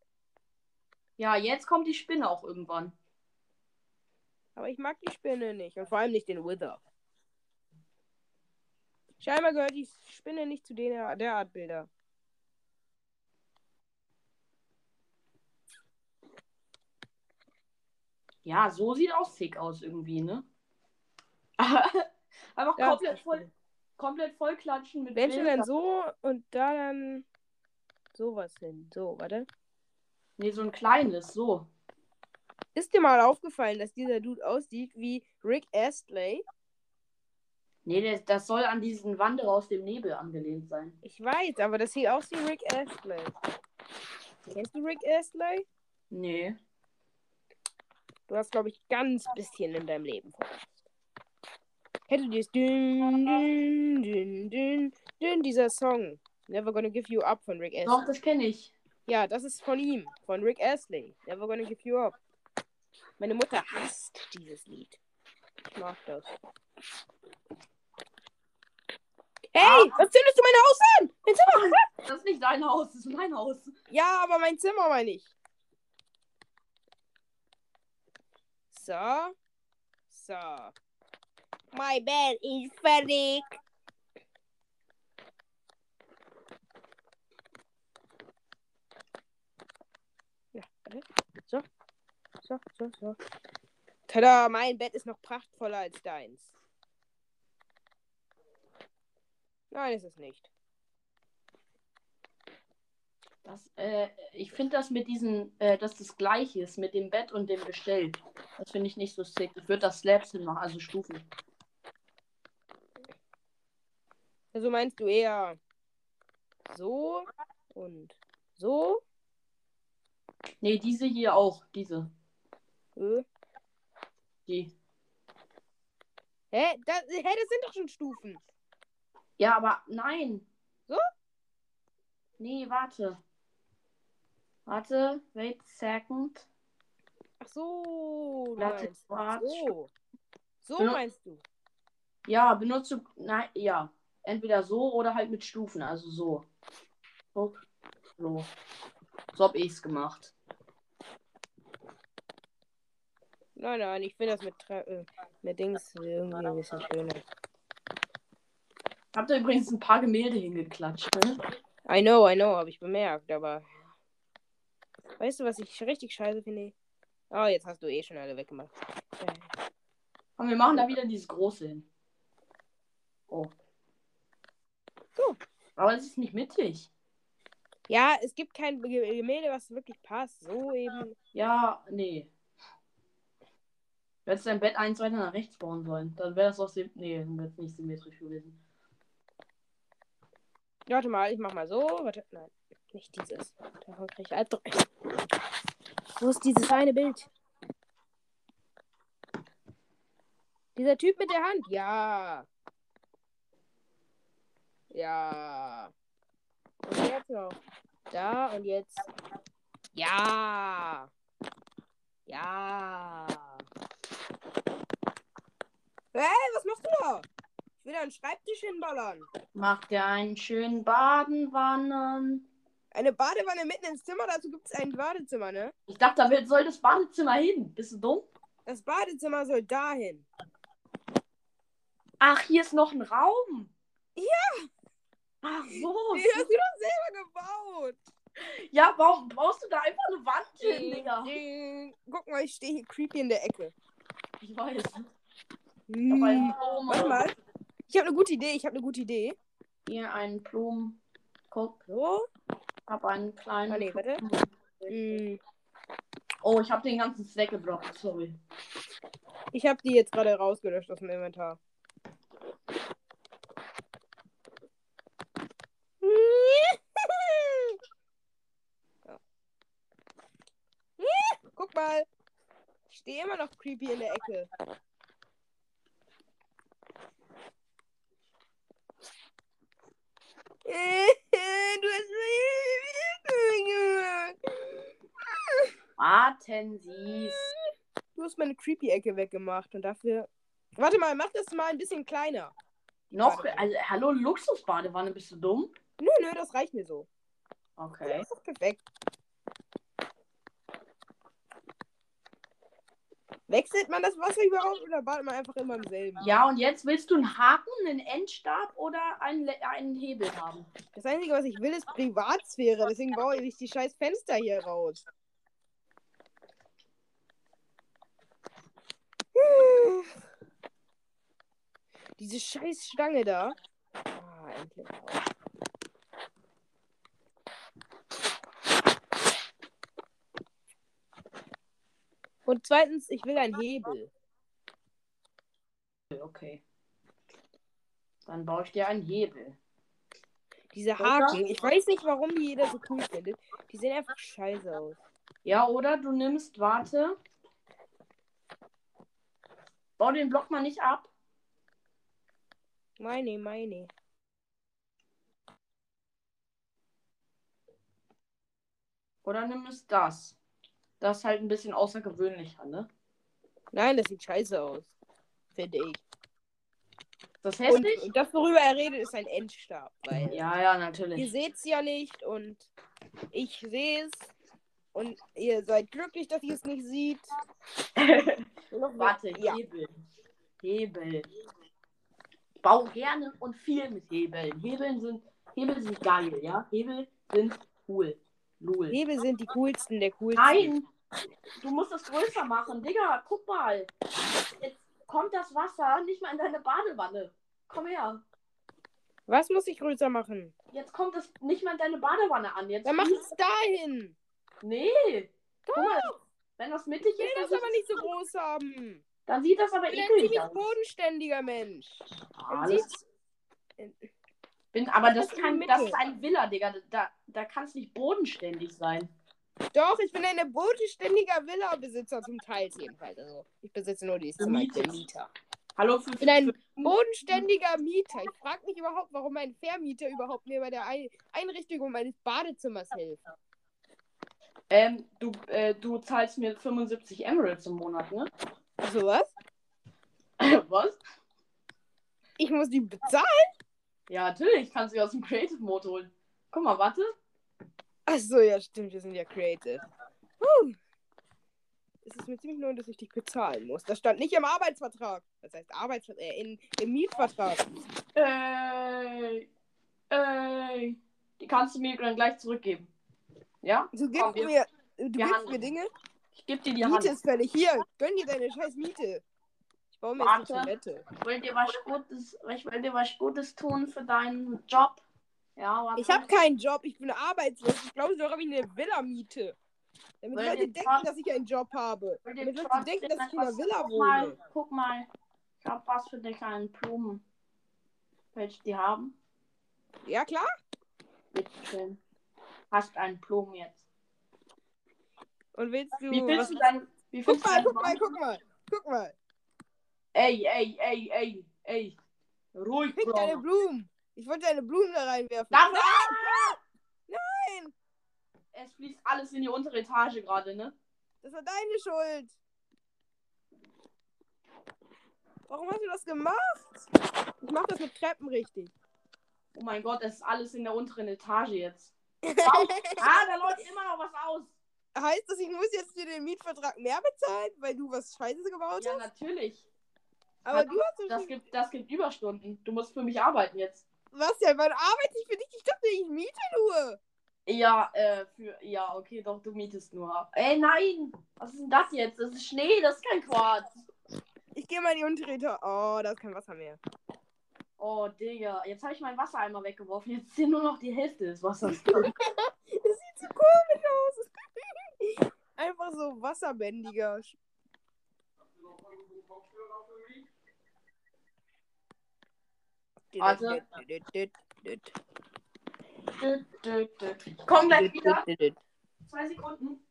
A: Ja, jetzt kommt die Spinne auch irgendwann.
B: Aber ich mag die Spinne nicht. Und vor allem nicht den Wither. Scheinbar gehört die Spinne nicht zu den, der Art Bilder.
A: Ja, so sieht auch sick aus irgendwie, ne? Einfach
B: Ja,
A: komplett,
B: das
A: voll, komplett voll klatschen mit
B: Wenn schon
A: Bildern.
B: dann so und da dann sowas hin. So, warte.
A: Nee, so ein kleines, so.
B: Ist dir mal aufgefallen, dass dieser Dude aussieht wie Rick Astley?
A: Nee, das, das soll an diesen Wanderer aus dem Nebel angelehnt sein.
B: Ich weiß, aber das sieht aus wie Rick Astley. Kennst du Rick Astley?
A: Nee.
B: Du hast, glaube ich, ganz bisschen in deinem Leben verpasst. Kennst du dieses dün, dün, dün, dün, dün, dieser Song? Never Gonna Give You Up von Rick
A: Doch,
B: Astley.
A: das kenne ich.
B: Ja, das ist von ihm, von Rick Astley. Never Gonna Give You Up. Meine Mutter hasst dieses Lied. Ich mag das. Hey, was zündest du mein Haus an? Mein Zimmer!
A: Das ist nicht dein Haus, das ist mein Haus.
B: Ja, aber mein Zimmer meine ich. So. So. My bed is fertig. Ja, warte. So. So, so, so. Tada, mein Bett ist noch prachtvoller als deins. Nein, ist es nicht.
A: Das, äh, ich finde das mit diesen, äh, dass das gleich ist, mit dem Bett und dem Gestell. Das finde ich nicht so sick. Ich würde das Slabs hinmachen, also Stufen.
B: Also meinst du eher so und so?
A: Nee, diese hier auch, diese.
B: Äh,
A: Die.
B: Hä? Das, hä, das sind doch schon Stufen.
A: Ja, aber nein.
B: So?
A: Nee, warte. Warte, wait a second.
B: Ach so, du
A: Warte,
B: meinst
A: warte.
B: so. So
A: Ja.
B: meinst du.
A: Ja, benutze. Nein, ja. Entweder so oder halt mit Stufen. Also so. So. So, so hab ich's gemacht.
B: Nein, nein, ich finde das mit, Tre- äh, mit Dings irgendwie ein bisschen schöner.
A: Hab da übrigens ein paar Gemälde hingeklatscht. Ne?
B: I know, I know, habe ich bemerkt, aber. Weißt du, was ich richtig scheiße finde? Oh, jetzt hast du eh schon alle weggemacht. Äh,
A: Und wir machen da wieder dieses große hin. Oh.
B: So.
A: Aber es ist nicht mittig.
B: Ja, es gibt kein Ge- Gemälde, was wirklich passt. So eben.
A: Ja, nee. Du hättest dein Bett eins weiter nach rechts bauen sollen. Dann wäre das auch symmetrisch. Nee, dann wär's nicht symmetrisch gewesen.
B: Warte mal, ich mach mal so. Warte, nein, nicht dieses. Davon krieg ich Albträume. Wo ist dieses eine Bild? Dieser Typ mit der Hand. Ja. Ja. Und jetzt noch. Da und jetzt. Ja. Ja. Hey, was machst du da? Ich will da einen Schreibtisch hinballern.
A: Mach dir einen schönen Badenwannen.
B: Eine Badewanne mitten ins Zimmer, dazu gibt es ein Badezimmer, ne?
A: Ich dachte, da soll das Badezimmer hin. Bist du dumm?
B: Das Badezimmer soll dahin.
A: Ach, hier ist noch ein Raum. Ja. Ach so.
B: Die hast du doch selber gebaut.
A: Ja, warum brauchst du da einfach eine Wand hin, Digga?
B: Ding. Guck mal, ich stehe hier creepy in der Ecke.
A: Ich weiß. Aber
B: Hm.
A: ein Plomo.
B: Warte mal. Ich habe eine gute Idee, ich habe eine gute Idee.
A: Hier ein Plum. Guck,
B: So.
A: hab einen kleinen.
B: Ah, nee, warte.
A: Plum.
B: Hm.
A: Oh, ich hab den ganzen Stack gedroppt. Sorry.
B: Ich habe die jetzt gerade rausgelöscht aus dem Inventar. Ja. Guck mal. Ich stehe immer noch creepy in der Ecke. Du hast mir gemacht.
A: Warten Sie's.
B: Du hast meine Creepy-Ecke weggemacht und dafür. Warte mal, mach das mal ein bisschen kleiner.
A: Noch, also, hallo, Luxusbadewanne, bist du dumm?
B: Nö, nö, das reicht mir so.
A: Okay.
B: Das ist doch perfekt. Wechselt man das Wasser überhaupt oder badet man einfach immer im selben?
A: Ja, und jetzt willst du einen Haken, einen Endstab oder einen, Le- einen Hebel haben?
B: Das Einzige, was ich will, ist Privatsphäre. Deswegen baue ich die scheiß Fenster hier raus. Hm. Diese scheiß Stange da. Ah, endlich. Und zweitens, ich will einen Hebel.
A: Okay. Dann baue ich dir einen Hebel.
B: Diese Haken. Ich weiß nicht, warum die jeder so cool findet. Die sehen einfach scheiße aus.
A: Ja, oder du nimmst, warte. Bau den Block mal nicht ab.
B: Meine, meine.
A: Oder nimmst das. Das ist halt ein bisschen außergewöhnlicher, ne?
B: Nein, das sieht scheiße aus. Finde ich.
A: Ist das
B: Und
A: hässlich?
B: das, worüber er redet, ist ein Endstab. Weil
A: ja, ja,
B: ihr
A: natürlich.
B: seht es ja nicht und ich sehe es. Und ihr seid glücklich, dass ihr es nicht seht.
A: Warte,
B: ja.
A: Hebel. Hebel. Bau gerne und viel mit Hebeln. Hebeln sind, Hebel sind geil, ja? Hebel sind cool. Lul.
B: Hebel sind die coolsten der coolsten.
A: Nein! Du musst es größer machen. Digga, guck mal. Jetzt kommt das Wasser nicht mehr in deine Badewanne. Komm her.
B: Was muss ich größer machen?
A: Jetzt kommt es nicht mehr in deine Badewanne an. Jetzt
B: Dann mach es dahin.
A: Nee. Guck mal, wenn das mittig
B: Ich will
A: ist, dann,
B: das
A: sieht-
B: aber nicht so groß haben.
A: dann sieht das aber
B: Ich bin ein
A: eklig
B: ziemlich
A: aus.
B: bodenständiger Mensch.
A: Ah,
B: Dann
A: das- Bin, aber das,
B: Das ist
A: kann,
B: die
A: das
B: Mitte.
A: ist ein Villa, Digga. Da, da kannst nicht bodenständig sein.
B: Doch, ich bin ein bodenständiger Villa-Besitzer zum Teil jedenfalls. Also, ich besitze nur dieses Zimmer, ich bin Mieter.
A: Hallo, für,
B: bin ein
A: für,
B: bodenständiger Mieter. Ich frage mich überhaupt, warum mein Vermieter überhaupt mir bei der Ei- Einrichtung meines Badezimmers hilft.
A: ähm, du, äh, du zahlst mir 75 Emeralds im Monat, ne?
B: So was?
A: Was?
B: Ich muss die bezahlen?
A: Ja, natürlich. Kannst du die aus dem Creative Mode holen. Guck mal, warte.
B: Achso, ja, stimmt, wir sind ja creative. Huh. Es ist mir ziemlich neu, dass ich dich bezahlen muss. Das stand nicht im Arbeitsvertrag. Das heißt Arbeitsvertrag, äh, in, im Mietvertrag.
A: Ey, ey. Äh, Die kannst du mir dann gleich zurückgeben. Ja?
B: Du gibst
A: Komm, wir-
B: mir, du
A: wir
B: gibst mir
A: handeln.
B: Dinge.
A: Ich geb dir die
B: Die
A: Hand.
B: Miete ist völlig hier. Gönn dir deine scheiß Miete. Ich baue mir jetzt eine
A: Warte.
B: Toilette.
A: Ich will dir was Gutes, ich will dir was Gutes tun für deinen Job. Ja, warte.
B: Ich habe keinen Job, ich bin arbeitslos. Ich glaube, so habe ich eine Villa miete. Damit
A: Weil
B: Leute
A: die
B: denken,
A: Tra-
B: dass ich einen Job habe.
A: will dir
B: Damit Leute
A: trotzdem
B: denken, dass ich in einer
A: etwas-
B: Villa
A: guck mal,
B: wohne.
A: guck mal. Ich hab was für die kleinen Blumen. Willst du die haben?
B: Ja, klar.
A: Bitte schön. Hast einen Blumen jetzt.
B: Und willst du.
A: Wie
B: was-
A: findest du dein. Wie
B: guck
A: findest
B: mal,
A: du
B: guck mal,
A: deinen Mann?
B: guck mal. Guck mal.
A: Ey, ey, ey, ey, ey. Ruhig,
B: Pick deine
A: Bro.
B: Blumen. Ich wollte deine Blumen da reinwerfen.
A: Dann,
B: Nein!
A: es fließt alles in die untere Etage gerade, ne?
B: Das war deine Schuld. Warum hast du das gemacht? Ich mach das mit Treppen richtig.
A: Oh mein Gott, es ist alles in der unteren Etage jetzt. Ah, da läuft immer noch was aus.
B: Heißt das, ich muss jetzt dir den Mietvertrag mehr bezahlen, weil du was Scheißes gebaut hast?
A: Ja, natürlich.
B: Aber du hast doch
A: Das
B: schon...
A: gibt, das gibt Überstunden. Du musst für mich arbeiten jetzt.
B: Was denn? Wann arbeite ich für dich? Ich dachte, ich miete nur.
A: Ja, äh, für. Ja, okay, doch, du mietest nur. Ey, nein! Was ist denn das jetzt? Das ist Schnee, das ist kein Quarz.
B: Ich gehe mal in die untere Etage. Oh, da ist kein Wasser mehr.
A: Oh, Digga. Jetzt habe ich meinen Wassereimer weggeworfen. Jetzt sind nur noch die Hälfte des Wassers.
B: Das sieht so komisch aus. Einfach so wasserbändiger.
A: Warte. Dö, dö, dö. Ich komm gleich wieder. Zwei Sekunden.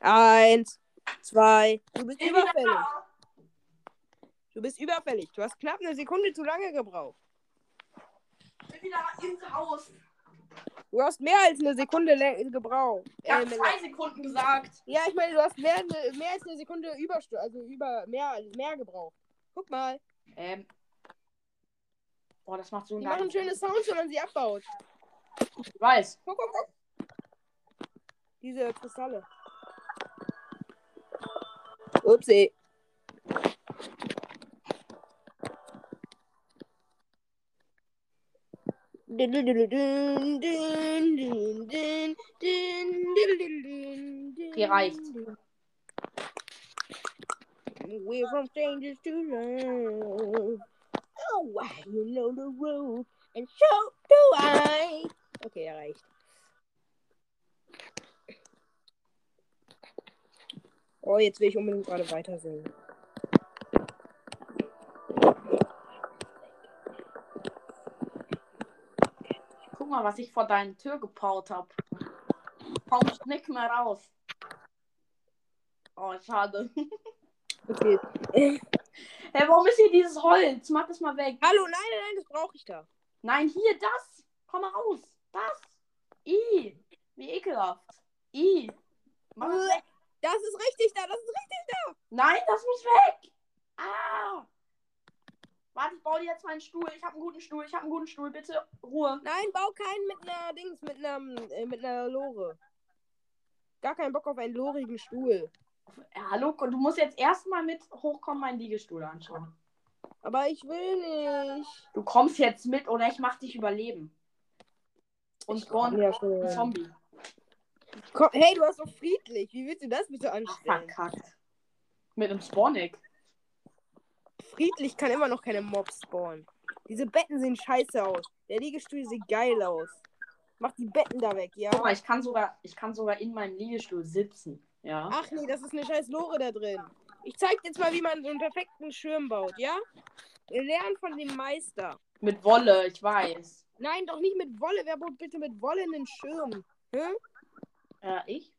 B: Eins, zwei. Du bist
A: Bin wieder
B: überfällig.
A: da.
B: Du bist überfällig. Du hast knapp eine Sekunde zu lange gebraucht.
A: Bin wieder ins Haus.
B: Du hast mehr als eine Sekunde lä- gebraucht.
A: Ich hab
B: Ähm,
A: zwei Sekunden gesagt.
B: ja, ich meine, du hast mehr, mehr als eine Sekunde überstö also über mehr, mehr gebraucht. Guck mal.
A: Ähm. Boah, das macht so
B: Die
A: einen
B: machen
A: geilen-
B: schöne Sounds, wenn man sie abbaut.
A: Ich weiß.
B: Guck, guck, guck. Diese Kristalle. Upsi.
A: Gereicht.
B: We're from strangers to love. Oh, you know the road, and so do I. Okay, erreicht. Oh, jetzt will ich unbedingt gerade weiter singen.
A: Guck mal, was ich vor deiner Tür gebaut habe. Komm, schnick mal raus. Oh, schade.
B: Okay.
A: Hey, warum ist hier dieses Holz? Mach das mal weg.
B: Hallo, nein, nein, nein, das brauche ich da.
A: Nein, hier, das. Komm mal raus. Das. I. Wie ekelhaft. I. Mach das weg.
B: Das ist richtig da, das ist richtig.
A: Nein, das muss weg. Ah. Warte, ich baue dir jetzt meinen Stuhl. Ich habe einen guten Stuhl. Ich habe einen guten Stuhl. Bitte Ruhe.
B: Nein, bau keinen mit einer Dings, mit einer, äh, mit einer Lore. Gar keinen Bock auf einen lorigen Stuhl.
A: Ja, hallo, du musst jetzt erstmal mit hochkommen meinen Liegestuhl anschauen.
B: Aber ich will nicht.
A: Du kommst jetzt mit oder ich mach dich überleben. Und spawn
B: Ja,
A: ein
B: schon.
A: Zombie.
B: Komm, hey, du hast doch friedlich. Wie willst du das bitte
A: Ach,
B: anstellen?
A: verkackt. Mit einem Spawn-Egg.
B: Friedlich kann immer noch keine Mobs spawnen. Diese Betten sehen scheiße aus. Der Liegestuhl sieht geil aus. Mach die Betten da weg, ja?
A: Guck mal, ich kann sogar, ich kann sogar in meinem Liegestuhl sitzen. Ja.
B: Ach nee, das ist eine scheiß Lore da drin. Ich zeig dir jetzt mal, wie man so einen perfekten Schirm baut, ja? Wir lernen von dem Meister.
A: Mit Wolle, ich weiß.
B: Nein, doch nicht mit Wolle. Wer baut bitte mit Wolle einen Schirm? Hä?
A: Äh, ich?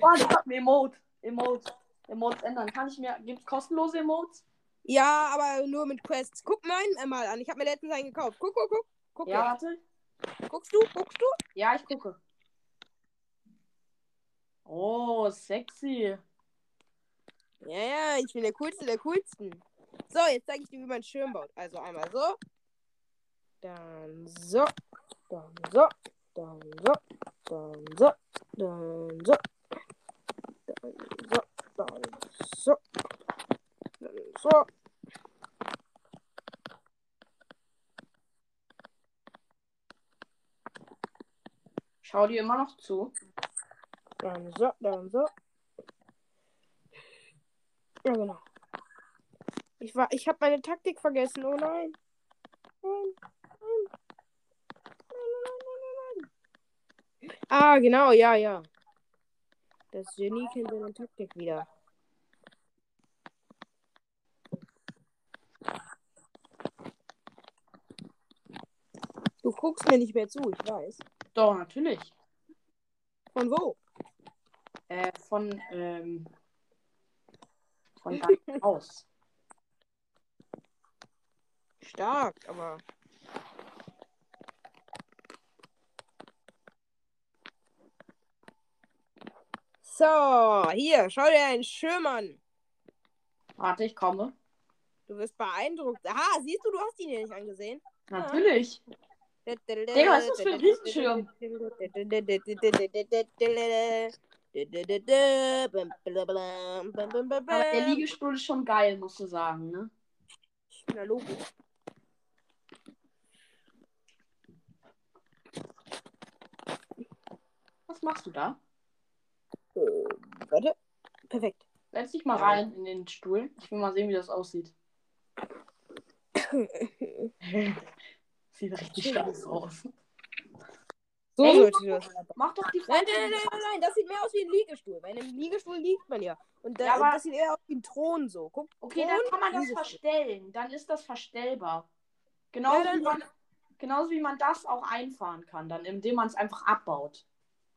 A: Boah, ich hab ein Emote. Emote. Emotes ändern. Kann ich mir. Gibt's kostenlose Emotes?
B: Ja, aber nur mit Quests. Guck meinen einmal an. Ich habe mir letztens einen gekauft. Guck, guck, guck. Guck,
A: Ja, warte.
B: jetzt. guckst du? Guckst du?
A: Ja, ich gucke. Oh, sexy.
B: Ja, ja, ich bin der coolste der coolsten. So, jetzt zeige ich dir, wie man einen Schirm baut. Also einmal so. Dann so. Dann so. Dann so. Dann so. Dann so. Dann so. Dann so. Dann so.
A: Schau dir immer noch zu.
B: Dann so. Dann so. Ja, genau. Ich, war- ich habe meine Taktik vergessen. Oh nein. Nein. Nein. Oh Nein, nein, nein, nein, nein. Ah, genau, ja, ja. Das Genie kennt seine Taktik wieder. Du guckst mir nicht mehr zu, ich weiß.
A: Doch, natürlich.
B: Von wo?
A: Äh, von, ähm, von deinem Haus.
B: Stark, aber. So, hier, schau dir einen Schirm an.
A: Warte, ich komme.
B: Ah, Du wirst beeindruckt. Aha, siehst du, du hast ihn hier nicht angesehen.
A: Natürlich.
B: Digga,
A: was ist das für ein Riesenschirm? Aber der Liegestuhl ist schon geil, musst du sagen, ne?
B: Na, logisch.
A: Was machst du da?
B: Äh, Warte. Perfekt.
A: Setz dich mal
B: Ja.
A: rein in den Stuhl. Ich will mal sehen, wie das aussieht. Sieht richtig scheiße aus.
B: So
A: Ey.
B: sollte das.
A: Mach doch die
B: Nein,
A: Frage.
B: nein, nein, nein, nein, nein, das sieht mehr aus wie ein Liegestuhl. Bei einem Liegestuhl liegt man ja. Und da,
A: Ja, aber-
B: das sieht eher aus wie ein Thron so. Guck.
A: Okay, dann
B: Und
A: kann man das
B: Liegestuhl.
A: verstellen. Dann ist das verstellbar. Genauso,
B: Ja, dann-
A: wie, man, genauso wie man das auch einfahren kann, dann, indem man es einfach abbaut.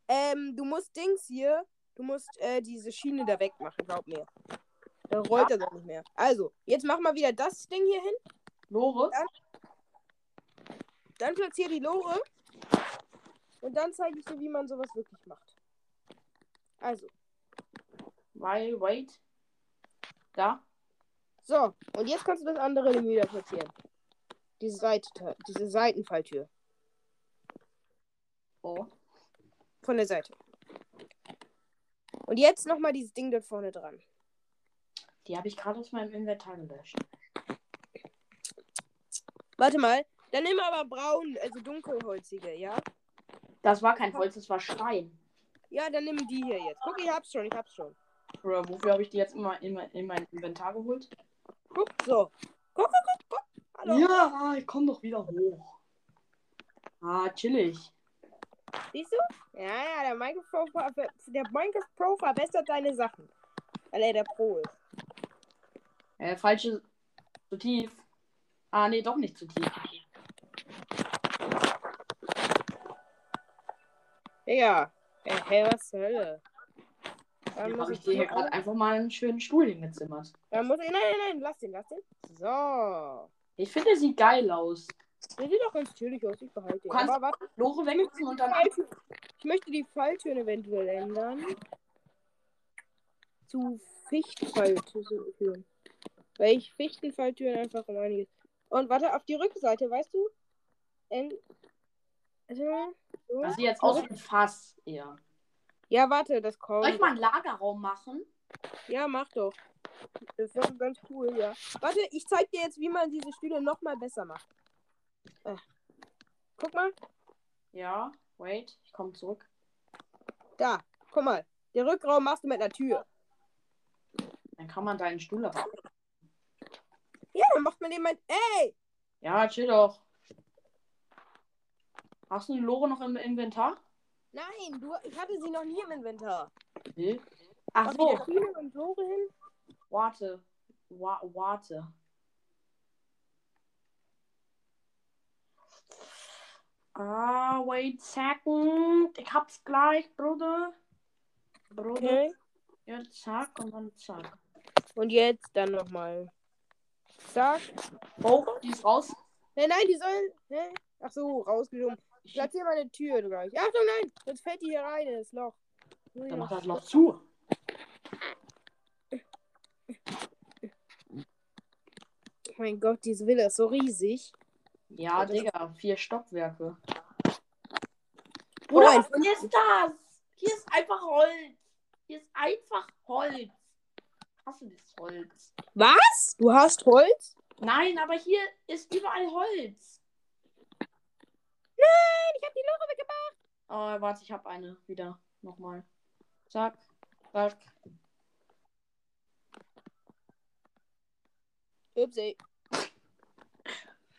B: Ähm, du musst Dings hier, du musst äh, diese Schiene da wegmachen, glaub mir. Da rollt er doch nicht mehr. Also, jetzt mach mal wieder das Ding hier hin.
A: Lore?
B: Ja. Dann platziere die Lore. Und dann zeige ich dir, wie man sowas wirklich macht. Also,
A: Weil, wait. Da?
B: so. Und jetzt kannst du das andere Ding wieder platzieren. Diese, Seite, diese Seitenfalltür.
A: Oh.
B: Von der Seite. Und jetzt nochmal dieses Ding dort vorne dran.
A: Die habe ich gerade aus meinem Inventar gelöscht.
B: Warte mal. Dann nimm aber braun, also dunkelholzige, ja?
A: Das war kein Holz, das war Stein.
B: Ja, dann nimm die hier jetzt. Guck, ich hab's schon, ich hab's schon.
A: Oder wofür habe ich die jetzt immer in mein, in mein Inventar geholt?
B: Guck, so. Guck, guck, guck, guck. Hallo.
A: Ja, ich komme doch wieder hoch. Ah, chillig.
B: Siehst du? Ja, ja, der Minecraft Pro, ver- der Minecraft Pro verbessert deine Sachen. Weil er der Pro ist.
A: Äh, falsche. Zu tief. Ah, nee, doch nicht zu tief.
B: Digga. Äh, hey, was zur Hölle? Dann
A: Dann
B: muss
A: habe ich
B: ich,
A: dir hier gerade einfach mal einen schönen Stuhl hingezimmert.
B: dann muss ich. Nein, nein, nein, lass den, lass den. So.
A: Ich finde, der sieht geil aus.
B: Der sieht doch ganz chillig aus, ich behalte den.
A: kannst-
B: Aber warte,
A: Lore weglassen und dann.
B: ich möchte die Falltüren eventuell ändern. Zu Fichtenfalltüren. Weil ich Fichtenfalltüren einfach um einiges. Und warte, auf die Rückseite, weißt du? En Warte mal. So.
A: Das sieht jetzt aus wie ein Fass eher.
B: Ja, warte, das kommt.
A: Soll ich mal einen Lagerraum machen?
B: Ja, mach doch. Das wäre ganz cool, ja. Warte, ich zeig dir jetzt, wie man diese Stühle nochmal besser macht. Äh. Guck mal,
A: Ja, wait, ich komme zurück.
B: da. Guck mal. Den Rückraum machst du mit einer Tür.
A: Dann kann man deinen Stuhl aber.
B: Ja, dann macht man den mit. Ey!
A: Ja, chill doch. Hast du eine Lore noch im Inventar?
B: Nein, du, ich hatte sie noch nie im Inventar.
A: Nee. Ach
B: Mach
A: so,
B: wieder Stühle und Tore hin.
A: warte. Wa warte. Ah, wait second. Ich hab's gleich, Bruder. Bruder. Ja, zack und dann zack.
B: Und jetzt dann nochmal. Zack.
A: Oh, die ist raus.
B: Nein, nein, die sollen. Hä? Ach so, rausgeschoben. Ich
A: Ich
B: platziere mal eine Tür gleich. Achtung, nein! Sonst fällt die hier rein in das Loch.
A: Dann mach das Loch zu.
B: Oh mein Gott, diese Villa ist so riesig.
A: Ja,
B: Ja, das-
A: Digga, vier Stockwerke.
B: Bruder,
A: Bruder, was ist das? Hier ist einfach Holz. Hier ist einfach Holz. Ich hasse das Holz.
B: Was? Du hast Holz?
A: Nein, aber hier ist überall Holz.
B: Nein, ich habe die Lore weggebaut.
A: Oh, warte, ich hab eine wieder. Nochmal. Zack, zack.
B: Upsi.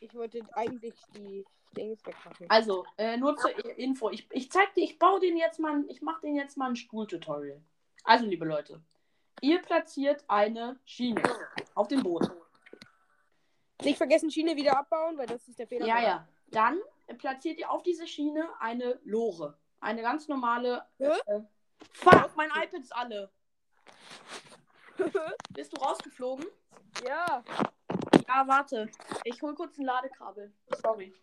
B: Ich wollte eigentlich die Dings wegmachen.
A: Also, äh, nur zur I- Info. Ich, ich zeig dir, ich baue den jetzt mal, ich mache den jetzt mal ein Stuhltutorial. Also, liebe Leute, ihr platziert eine Schiene auf dem Boden.
B: Nicht vergessen, Schiene wieder abbauen, weil das ist der Fehler.
A: Ja, ja. Dann platziert ihr auf diese Schiene eine Lore. Eine ganz normale.
B: Hä?
A: Äh, fuck, mein iPad ist alle. Bist du rausgeflogen?
B: ja.
A: Ja, warte. Ich hol kurz ein Ladekabel. Sorry.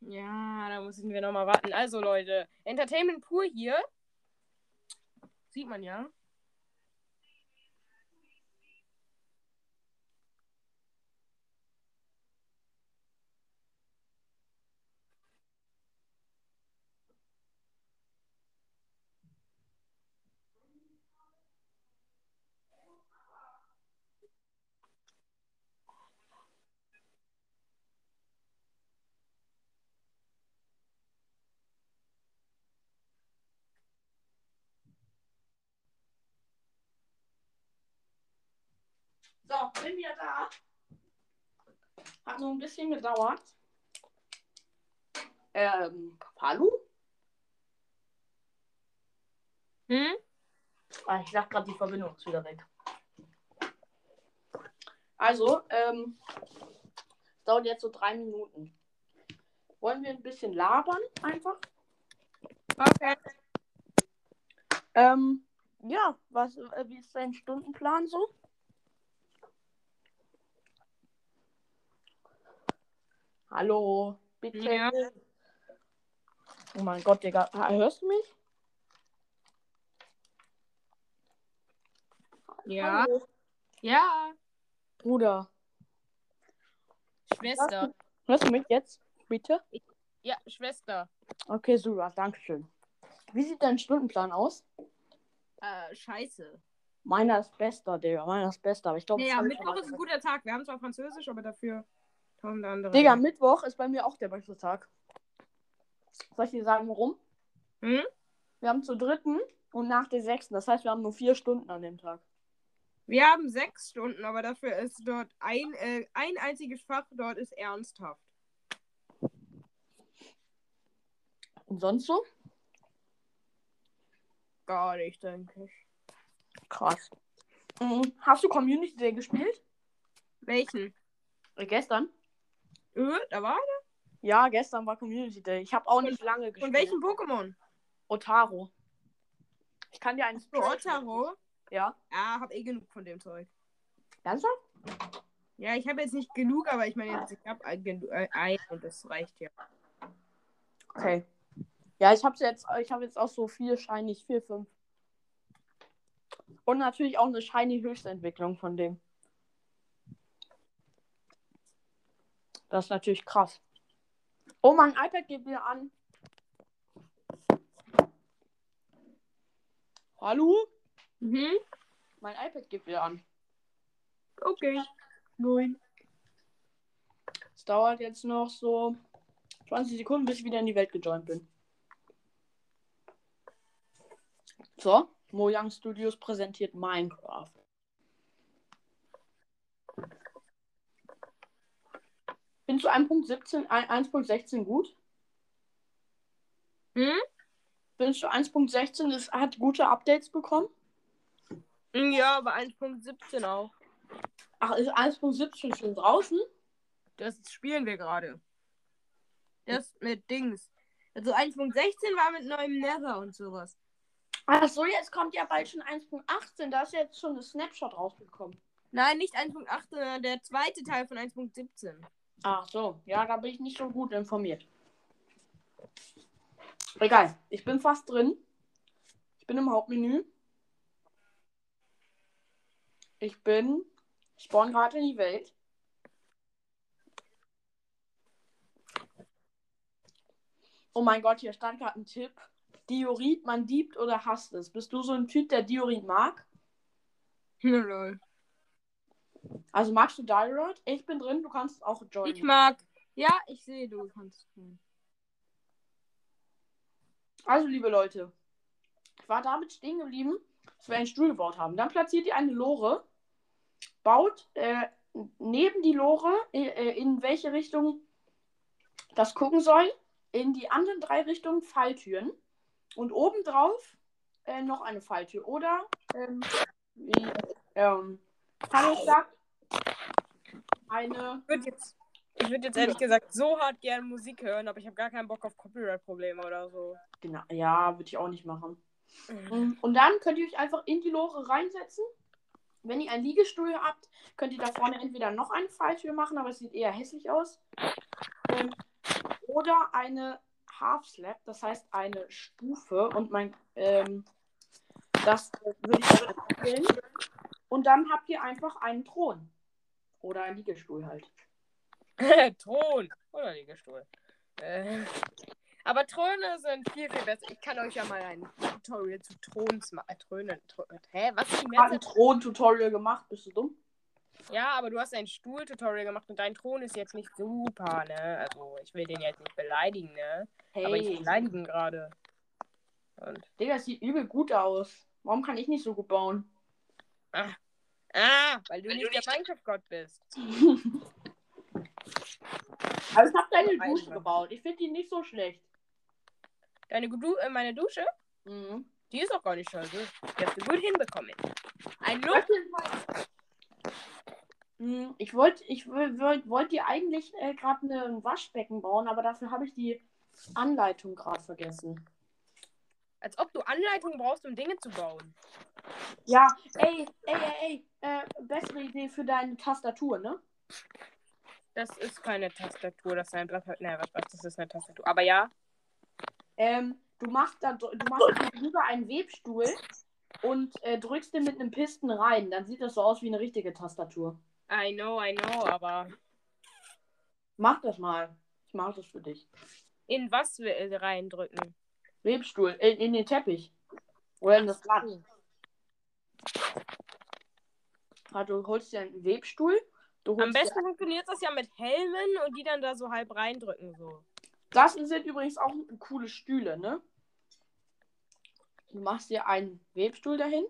B: Ja, da müssen wir nochmal warten. Also, Leute, Entertainment pur hier. Sieht man ja.
A: So, bin wieder da. Hat nur ein bisschen gedauert. Ähm, Palu?
B: Hm?
A: Ah, ich sag gerade, die Verbindung ist wieder weg. Also, ähm, dauert jetzt so drei Minuten. Wollen wir ein bisschen labern einfach?
B: Okay.
A: Ähm, ja, was, äh, wie ist dein Stundenplan so? Hallo, bitte.
B: Ja.
A: Oh mein Gott, Digga. Ah, Hörst du mich?
B: Ja.
A: Hallo,
B: Ja.
A: Bruder.
B: Schwester.
A: Hörst du mich jetzt? Bitte?
B: Ja, Schwester.
A: Okay, super, danke schön. Wie sieht dein Stundenplan aus?
B: Äh, scheiße.
A: Meiner ist bester, Digga. Meiner ist bester. Aber ich glaube,
B: Ja,
A: das
B: ja,
A: hab ich
B: Mittwoch
A: schon
B: ist ein guter Tag. Wir haben zwar Französisch, aber dafür tausend andere.
A: Digga, Mittwoch ist bei mir auch der beste Tag. Soll ich dir sagen, warum?
B: Hm?
A: Wir haben zur dritten und nach der sechsten. Das heißt, wir haben nur vier Stunden an dem Tag.
B: Wir haben sechs Stunden, aber dafür ist dort ein, äh, ein einziges Fach, dort ist ernsthaft.
A: Und sonst so?
B: Gar nicht, denke ich.
A: Krass. Mhm. Hast du Community Day gespielt?
B: Welchen?
A: Äh, gestern?
B: Äh, da war
A: Ja, gestern war Community Day. Ich habe auch nicht lange
B: er.
A: gespielt.
B: Und welchen Pokémon?
A: Otaro. Ich kann dir einen
B: So, Otaro.
A: Ja.
B: Ja, hab eh genug von dem Zeug.
A: Ernsthaft?
B: Ja, ich habe jetzt nicht genug, aber ich meine, jetzt, ich habe ein, genu- äh, ein und das reicht ja.
A: Okay. Ja, ich habe jetzt, ich habe jetzt auch so vier Shiny, vier, fünf. Und natürlich auch eine Shiny Höchstentwicklung von dem. Das ist natürlich krass. Oh, mein iPad geht wieder an. Hallo?
B: Mhm.
A: Mein iPad geht wieder an.
B: Okay. Moin.
A: Es dauert jetzt noch so 20 Sekunden, bis ich wieder in die Welt gejoint bin. So, Mojang Studios präsentiert Minecraft. Bin zu 1.17, ein- 1.16 gut?
B: Hm?
A: Bin zu 1.16, es hat gute Updates bekommen.
B: Mhm, Ja, aber 1.17 auch.
A: Ach, ist 1.17 schon draußen?
B: Das spielen wir gerade. Das mit Dings. Also 1.16 war mit neuem Nether und sowas.
A: Ach so, jetzt kommt ja bald schon 1.18, da ist jetzt schon ein Snapshot rausgekommen.
B: Nein, nicht 1.8, sondern der zweite Teil von 1.17.
A: Ach so, ja, da bin ich nicht so gut informiert. Egal, ich bin fast drin. Ich bin im Hauptmenü. Ich bin. Ich spawn gerade in die Welt. Oh mein Gott, hier stand gerade ein Tipp. Diorit, man diebt oder hasst es. Bist du so ein Typ, der Diorit mag?
B: Ja, lol.
A: Also magst du Diorit? Ich bin drin, du kannst auch joinen.
B: Ich mag. Ja, ich sehe, du kannst. tun.
A: Also, liebe Leute, ich war damit stehen geblieben, dass wir einen Stuhl gebaut haben. Dann platziert ihr eine Lore, baut äh, neben die Lore, äh, in welche Richtung das gucken soll, in die anderen drei Richtungen Falltüren und obendrauf äh, noch eine Falltür. Oder, ähm, wie ähm, Hanno sagt, eine.
B: Ich würde jetzt, ich würd jetzt ehrlich gesagt so hart gerne Musik hören, aber ich habe gar keinen Bock auf Copyright-Probleme oder so.
A: Genau, ja, würde ich auch nicht machen. Ähm, Und dann könnt ihr euch einfach in die Lore reinsetzen. Wenn ihr einen Liegestuhl habt, könnt ihr da vorne entweder noch eine Falltür machen, aber es sieht eher hässlich aus. Ähm, oder eine Half Slab, das heißt eine Stufe. Und mein, ähm, das äh, würde ich euch empfehlen. Und dann habt ihr einfach einen Thron. Oder einen Liegestuhl halt.
B: Thron oder Liegestuhl. Äh, aber Throne sind viel, viel besser. Ich kann euch ja mal ein Tutorial zu Throns machen. Äh, Throne, Throne. Hä? Was ist die
A: Ich habe ein
B: Mehrzahl?
A: Thron-Tutorial gemacht, bist du dumm?
B: Ja, aber du hast ein Stuhl-Tutorial gemacht und dein Thron ist jetzt nicht super, ne? Also, ich will den jetzt nicht beleidigen, ne? Aber ich
A: Hey,
B: beleidige ihn gerade. Und,
A: Digga, das sieht übel gut aus. Warum kann ich nicht so gut bauen?
B: ach, Ah, weil du
C: Weil
B: nicht
C: du
B: der
C: nicht-
B: Minecraft-Gott bist.
A: Aber ich habe deine
B: Einwand.
A: Dusche gebaut. Ich finde die nicht so schlecht.
B: Deine du äh, meine Dusche,
A: Mhm.
B: die ist auch gar nicht scheiße. Die hast du gut hinbekommen. Ein
A: Ich
B: Lob.
A: wollte, Mhm, ich wollte ich woll- woll- wollt dir eigentlich äh, gerade ein Waschbecken bauen, aber dafür habe ich die Anleitung gerade vergessen.
B: Als ob du Anleitung brauchst, um Dinge zu bauen.
A: Ja, ey, ey, ey, ey, äh, bessere Idee für deine Tastatur, ne?
B: Das ist keine Tastatur, das ist ein Blatt. Nein, was, was, das ist eine Tastatur. Aber ja,
A: Ähm, du machst da dr- du machst drüber einen Webstuhl und äh, drückst den mit einem Pisten rein. Dann sieht das so aus wie eine richtige Tastatur.
B: I know, I know, aber
A: Mach das mal. Ich mache das für dich.
B: in was wir äh, reindrücken?
A: Webstuhl, in, in den äh, Teppich. Oder in das Blatt. Also du holst dir einen Webstuhl. Du holst
B: Am besten funktioniert das ja mit Helmen und die dann da so halb reindrücken. So.
A: Dir, das sind übrigens auch coole Stühle, ne? Du machst dir einen Webstuhl dahin.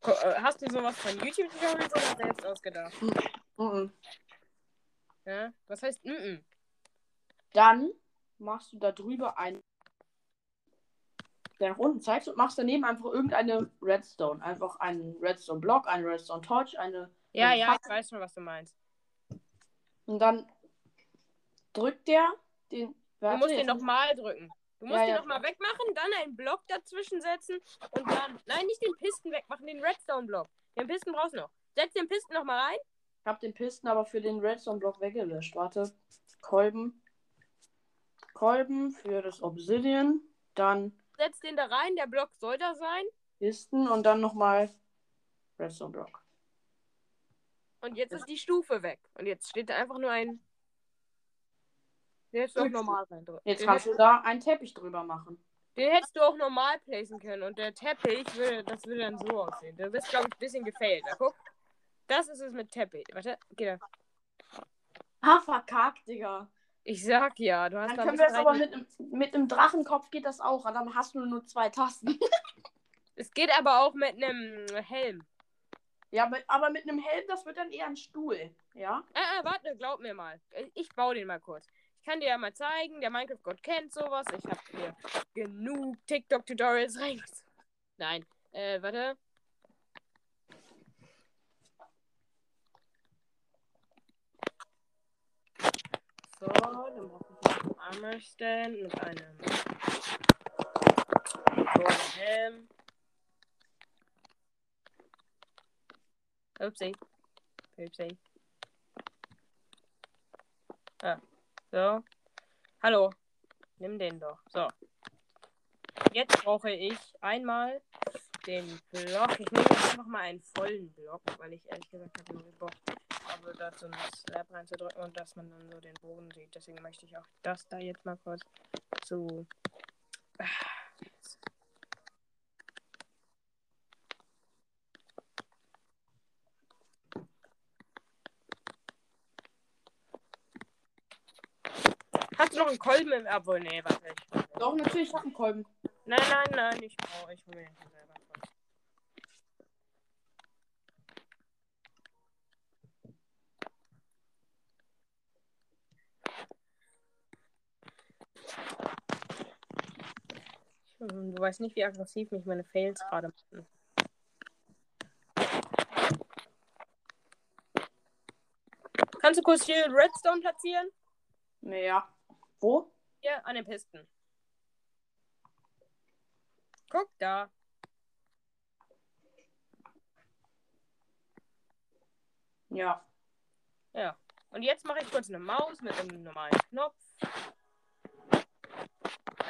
B: Ko- äh, Hast du sowas von YouTube-Tutorials oder selbst ausgedacht?
A: Mhm.
B: Ja? Was heißt mm -mm?
A: Dann machst du da drüber einen deinen runden Zeig und machst daneben einfach irgendeine Redstone. Einfach einen Redstone-Block, einen Redstone-Torch, eine.
B: Ja,
A: eine
B: ja,
A: Fackel.
B: ich weiß schon, was du meinst.
A: Und dann drückt der den.
B: Du
A: Warte,
B: musst
A: jetzt
B: den
A: muss-
B: nochmal drücken. Du musst
A: Ja,
B: den
A: ja.
B: nochmal wegmachen, dann einen Block dazwischen setzen und dann. Nein, nicht den Pisten wegmachen, den Redstone-Block. Den Pisten brauchst du noch. Setz den Pisten nochmal rein.
A: Ich hab den Pisten aber für den Redstone-Block weggelöscht. Warte. Kolben. Kolben für das Obsidian. Dann
B: setz den da rein, der Block soll da sein.
A: Pisten und dann nochmal Redstone-Block.
B: Und jetzt ist die Stufe weg. Und jetzt steht da einfach nur ein. Den hättest du auch normal rein drin.
A: Jetzt
B: den,
A: kannst du
B: hätt-
A: da einen Teppich drüber machen.
B: den hättest du auch normal placen können. Und der Teppich, würde, das würde dann so aussehen. Du bist, glaube ich, ein bisschen gefailt. Na, guck. Das ist es mit Teppich. Warte, geh da.
A: Ha, verkackt, Digga.
B: Ich sag ja, du hast
A: Dann
B: da
A: können
B: ein
A: wir es
B: bisschen
A: aber
B: rein.
A: mit, einem- mit einem Drachenkopf geht das auch. Und dann hast du nur zwei Tasten.
B: Es geht aber auch mit einem Helm.
A: ja, mit, aber mit einem Helm, das wird dann eher ein Stuhl. Ja?
B: Äh, äh, warte, glaub mir mal. Äh, Ich baue den mal kurz. Ich kann dir ja mal zeigen, der Minecraft-Gott kennt sowas. Ich habe hier genug TikTok-Tutorials reingezogen. Nein, äh, warte. So, dann brauchen wir einen Armerstand mit einem so einem Helm. Upsi. Upsi. So. Hallo. Nimm den doch. So. Jetzt brauche ich einmal den Block. Ich nehme jetzt einfach mal einen vollen Block, weil ich ehrlich gesagt habe nur Bock habe, da so einen Slab reinzudrücken und dass man dann so den Bogen sieht. Deswegen möchte ich auch das da jetzt mal kurz so. Hast du noch einen Kolben im Abo? Nee, warte. Ich
A: Doch, natürlich, ich hab einen Kolben.
B: Nein, nein, nein, ich brauche, ich hole mir den schon selber. Hm, Du weißt nicht, wie aggressiv mich meine Fails gerade machen. Kannst du kurz hier Redstone platzieren?
A: Naja. Wo?
B: Hier an den Pisten. Guck da.
A: Ja.
B: Und jetzt mache ich kurz eine Maus mit einem normalen Knopf.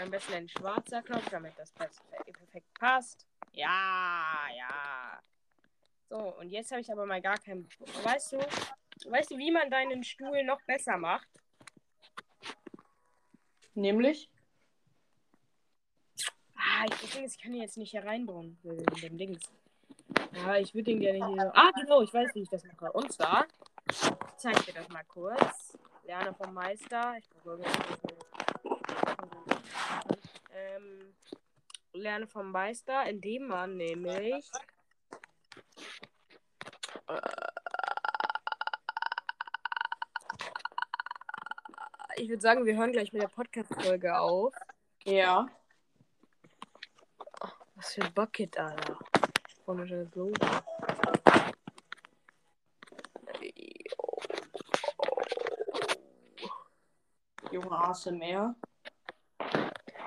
B: Am besten ein schwarzer Knopf, damit das perfekt perfekt passt. Ja, ja. So, und jetzt habe ich aber mal gar keinen. Weißt du, weißt du, wie man deinen Stuhl noch besser macht?
A: Nämlich?
B: Ah, ich, das Ding ist, ich kann ihn jetzt nicht hier reinbauen. äh, in Dem Dings. Ah, ich würde den gerne hier. Ah, genau, ich weiß, wie ich das mache. Und zwar, ich zeig dir das mal kurz. Lerne vom Meister. Ich gucke irgendwie- ähm, lerne vom Meister, indem man nämlich. Ich würde sagen, wir hören gleich mit der Podcast-Folge auf.
A: Ja.
B: Was für ein Bucket, Alter. Von der Soße.
A: Junge ASMR.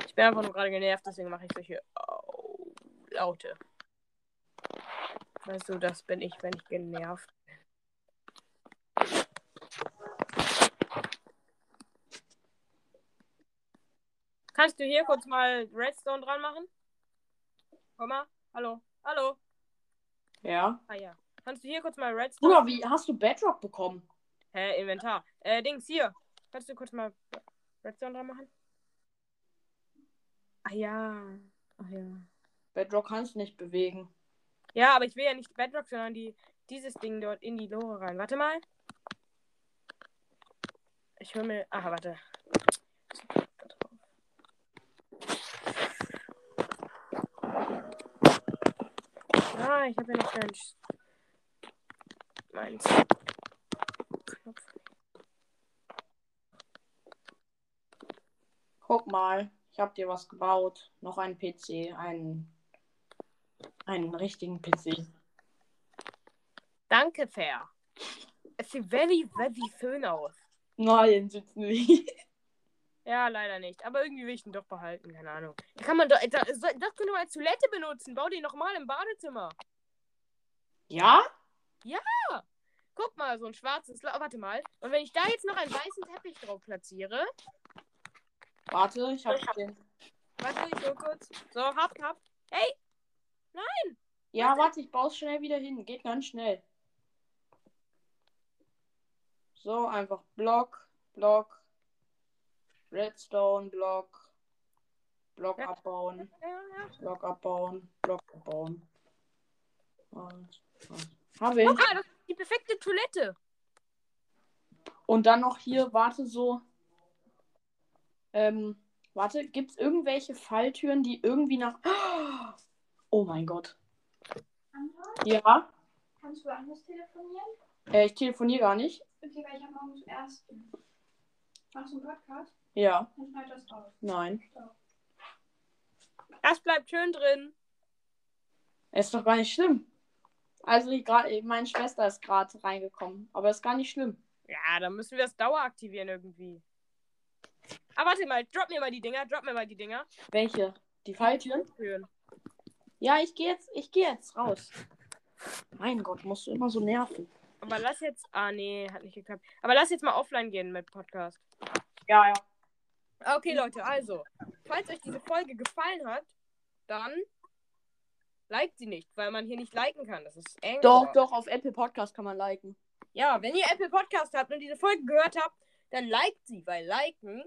B: Ich bin einfach nur gerade genervt, deswegen mache ich solche Au- Laute. Weißt du, das bin ich, wenn ich genervt bin. Kannst du hier kurz mal Redstone dran machen? Komm mal. Hallo. Hallo.
A: Ja.
B: Ah ja. Kannst du hier kurz mal Redstone.
A: Bruder, wie hast du Bedrock bekommen?
B: Hä, Inventar. Äh, Dings, hier. Kannst du kurz mal Redstone dran machen? Ach ja. Ach ja.
A: Bedrock kannst du nicht bewegen.
B: Ja, aber ich will ja nicht Bedrock, sondern die, dieses Ding dort in die Lore rein. Warte mal. Ich hol mir. Aha, warte. Ah, ich habe ja noch keinen. Sch- Meins. Knopf.
A: Guck mal, ich habe dir was gebaut. Noch einen PC, einen, einen richtigen PC.
B: Danke, Fair. Es sieht very, very schön aus.
A: Nein, sitzt nicht.
B: Ja, leider nicht. Aber irgendwie will ich ihn doch behalten. Keine Ahnung. Da kann man doch. Da, so- das können wir als Toilette benutzen. Bau den nochmal im Badezimmer.
A: Ja?
B: Guck mal, so ein schwarzes. La Warte mal. Und wenn ich da jetzt noch einen weißen Teppich drauf platziere.
A: Warte, ich habe den.
B: Warte, ich hol kurz. So, hab, hab.
A: Ja, warte, ich baue es schnell wieder hin. Geht ganz schnell. So, einfach Block, Block, Redstone, Block, Block
B: Ja.
A: abbauen,
B: Ja, ja.
A: Block abbauen, Block abbauen. Und, und. Hab ich.
B: Guck mal, das ist die perfekte Toilette.
A: Und dann noch hier, warte so. Ähm, warte, gibt es irgendwelche Falltüren, die irgendwie nach. Oh mein Gott.
C: Sandra,
A: Ja,
C: kannst du anders telefonieren?
A: äh, ich telefoniere gar nicht.
C: Okay, weil ich habe morgen zum ersten. Machst du einen Podcast?
A: Ja,
C: Dann schneid das raus.
A: nein.
B: Das bleibt schön drin.
A: Ist doch gar nicht schlimm. Also, ich grad, meine Schwester ist gerade reingekommen, aber ist gar nicht schlimm.
B: Ja, dann müssen wir das Dauer aktivieren irgendwie. Aber warte mal, drop mir mal die Dinger, drop mir mal die Dinger.
A: Welche? Die Falltüren?
B: Schön.
A: Ja, ich gehe jetzt, ich gehe jetzt raus. Mein Gott, musst du immer so nerven.
B: Aber lass jetzt. Ah, nee, hat nicht geklappt. Aber lass jetzt mal offline gehen mit Podcast.
A: Ja, ja.
B: Okay, Leute, also, falls euch diese Folge gefallen hat, dann liked sie nicht, weil man hier nicht liken kann. Das ist eng.
A: Doch, doch, auf Apple Podcast kann man liken.
B: Ja, wenn ihr Apple Podcast habt und diese Folge gehört habt, dann liked sie, weil liken.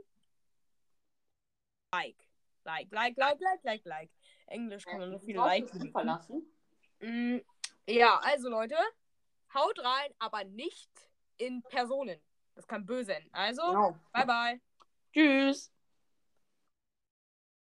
B: Like. Like, like, like, like, like, like. Englisch kann man so viel liken.
A: verlassen.
B: Mm, Ja, also Leute, haut rein, aber nicht in Personen. Das kann böse enden. Also,
A: Genau.
B: bye bye.
A: Tschüss.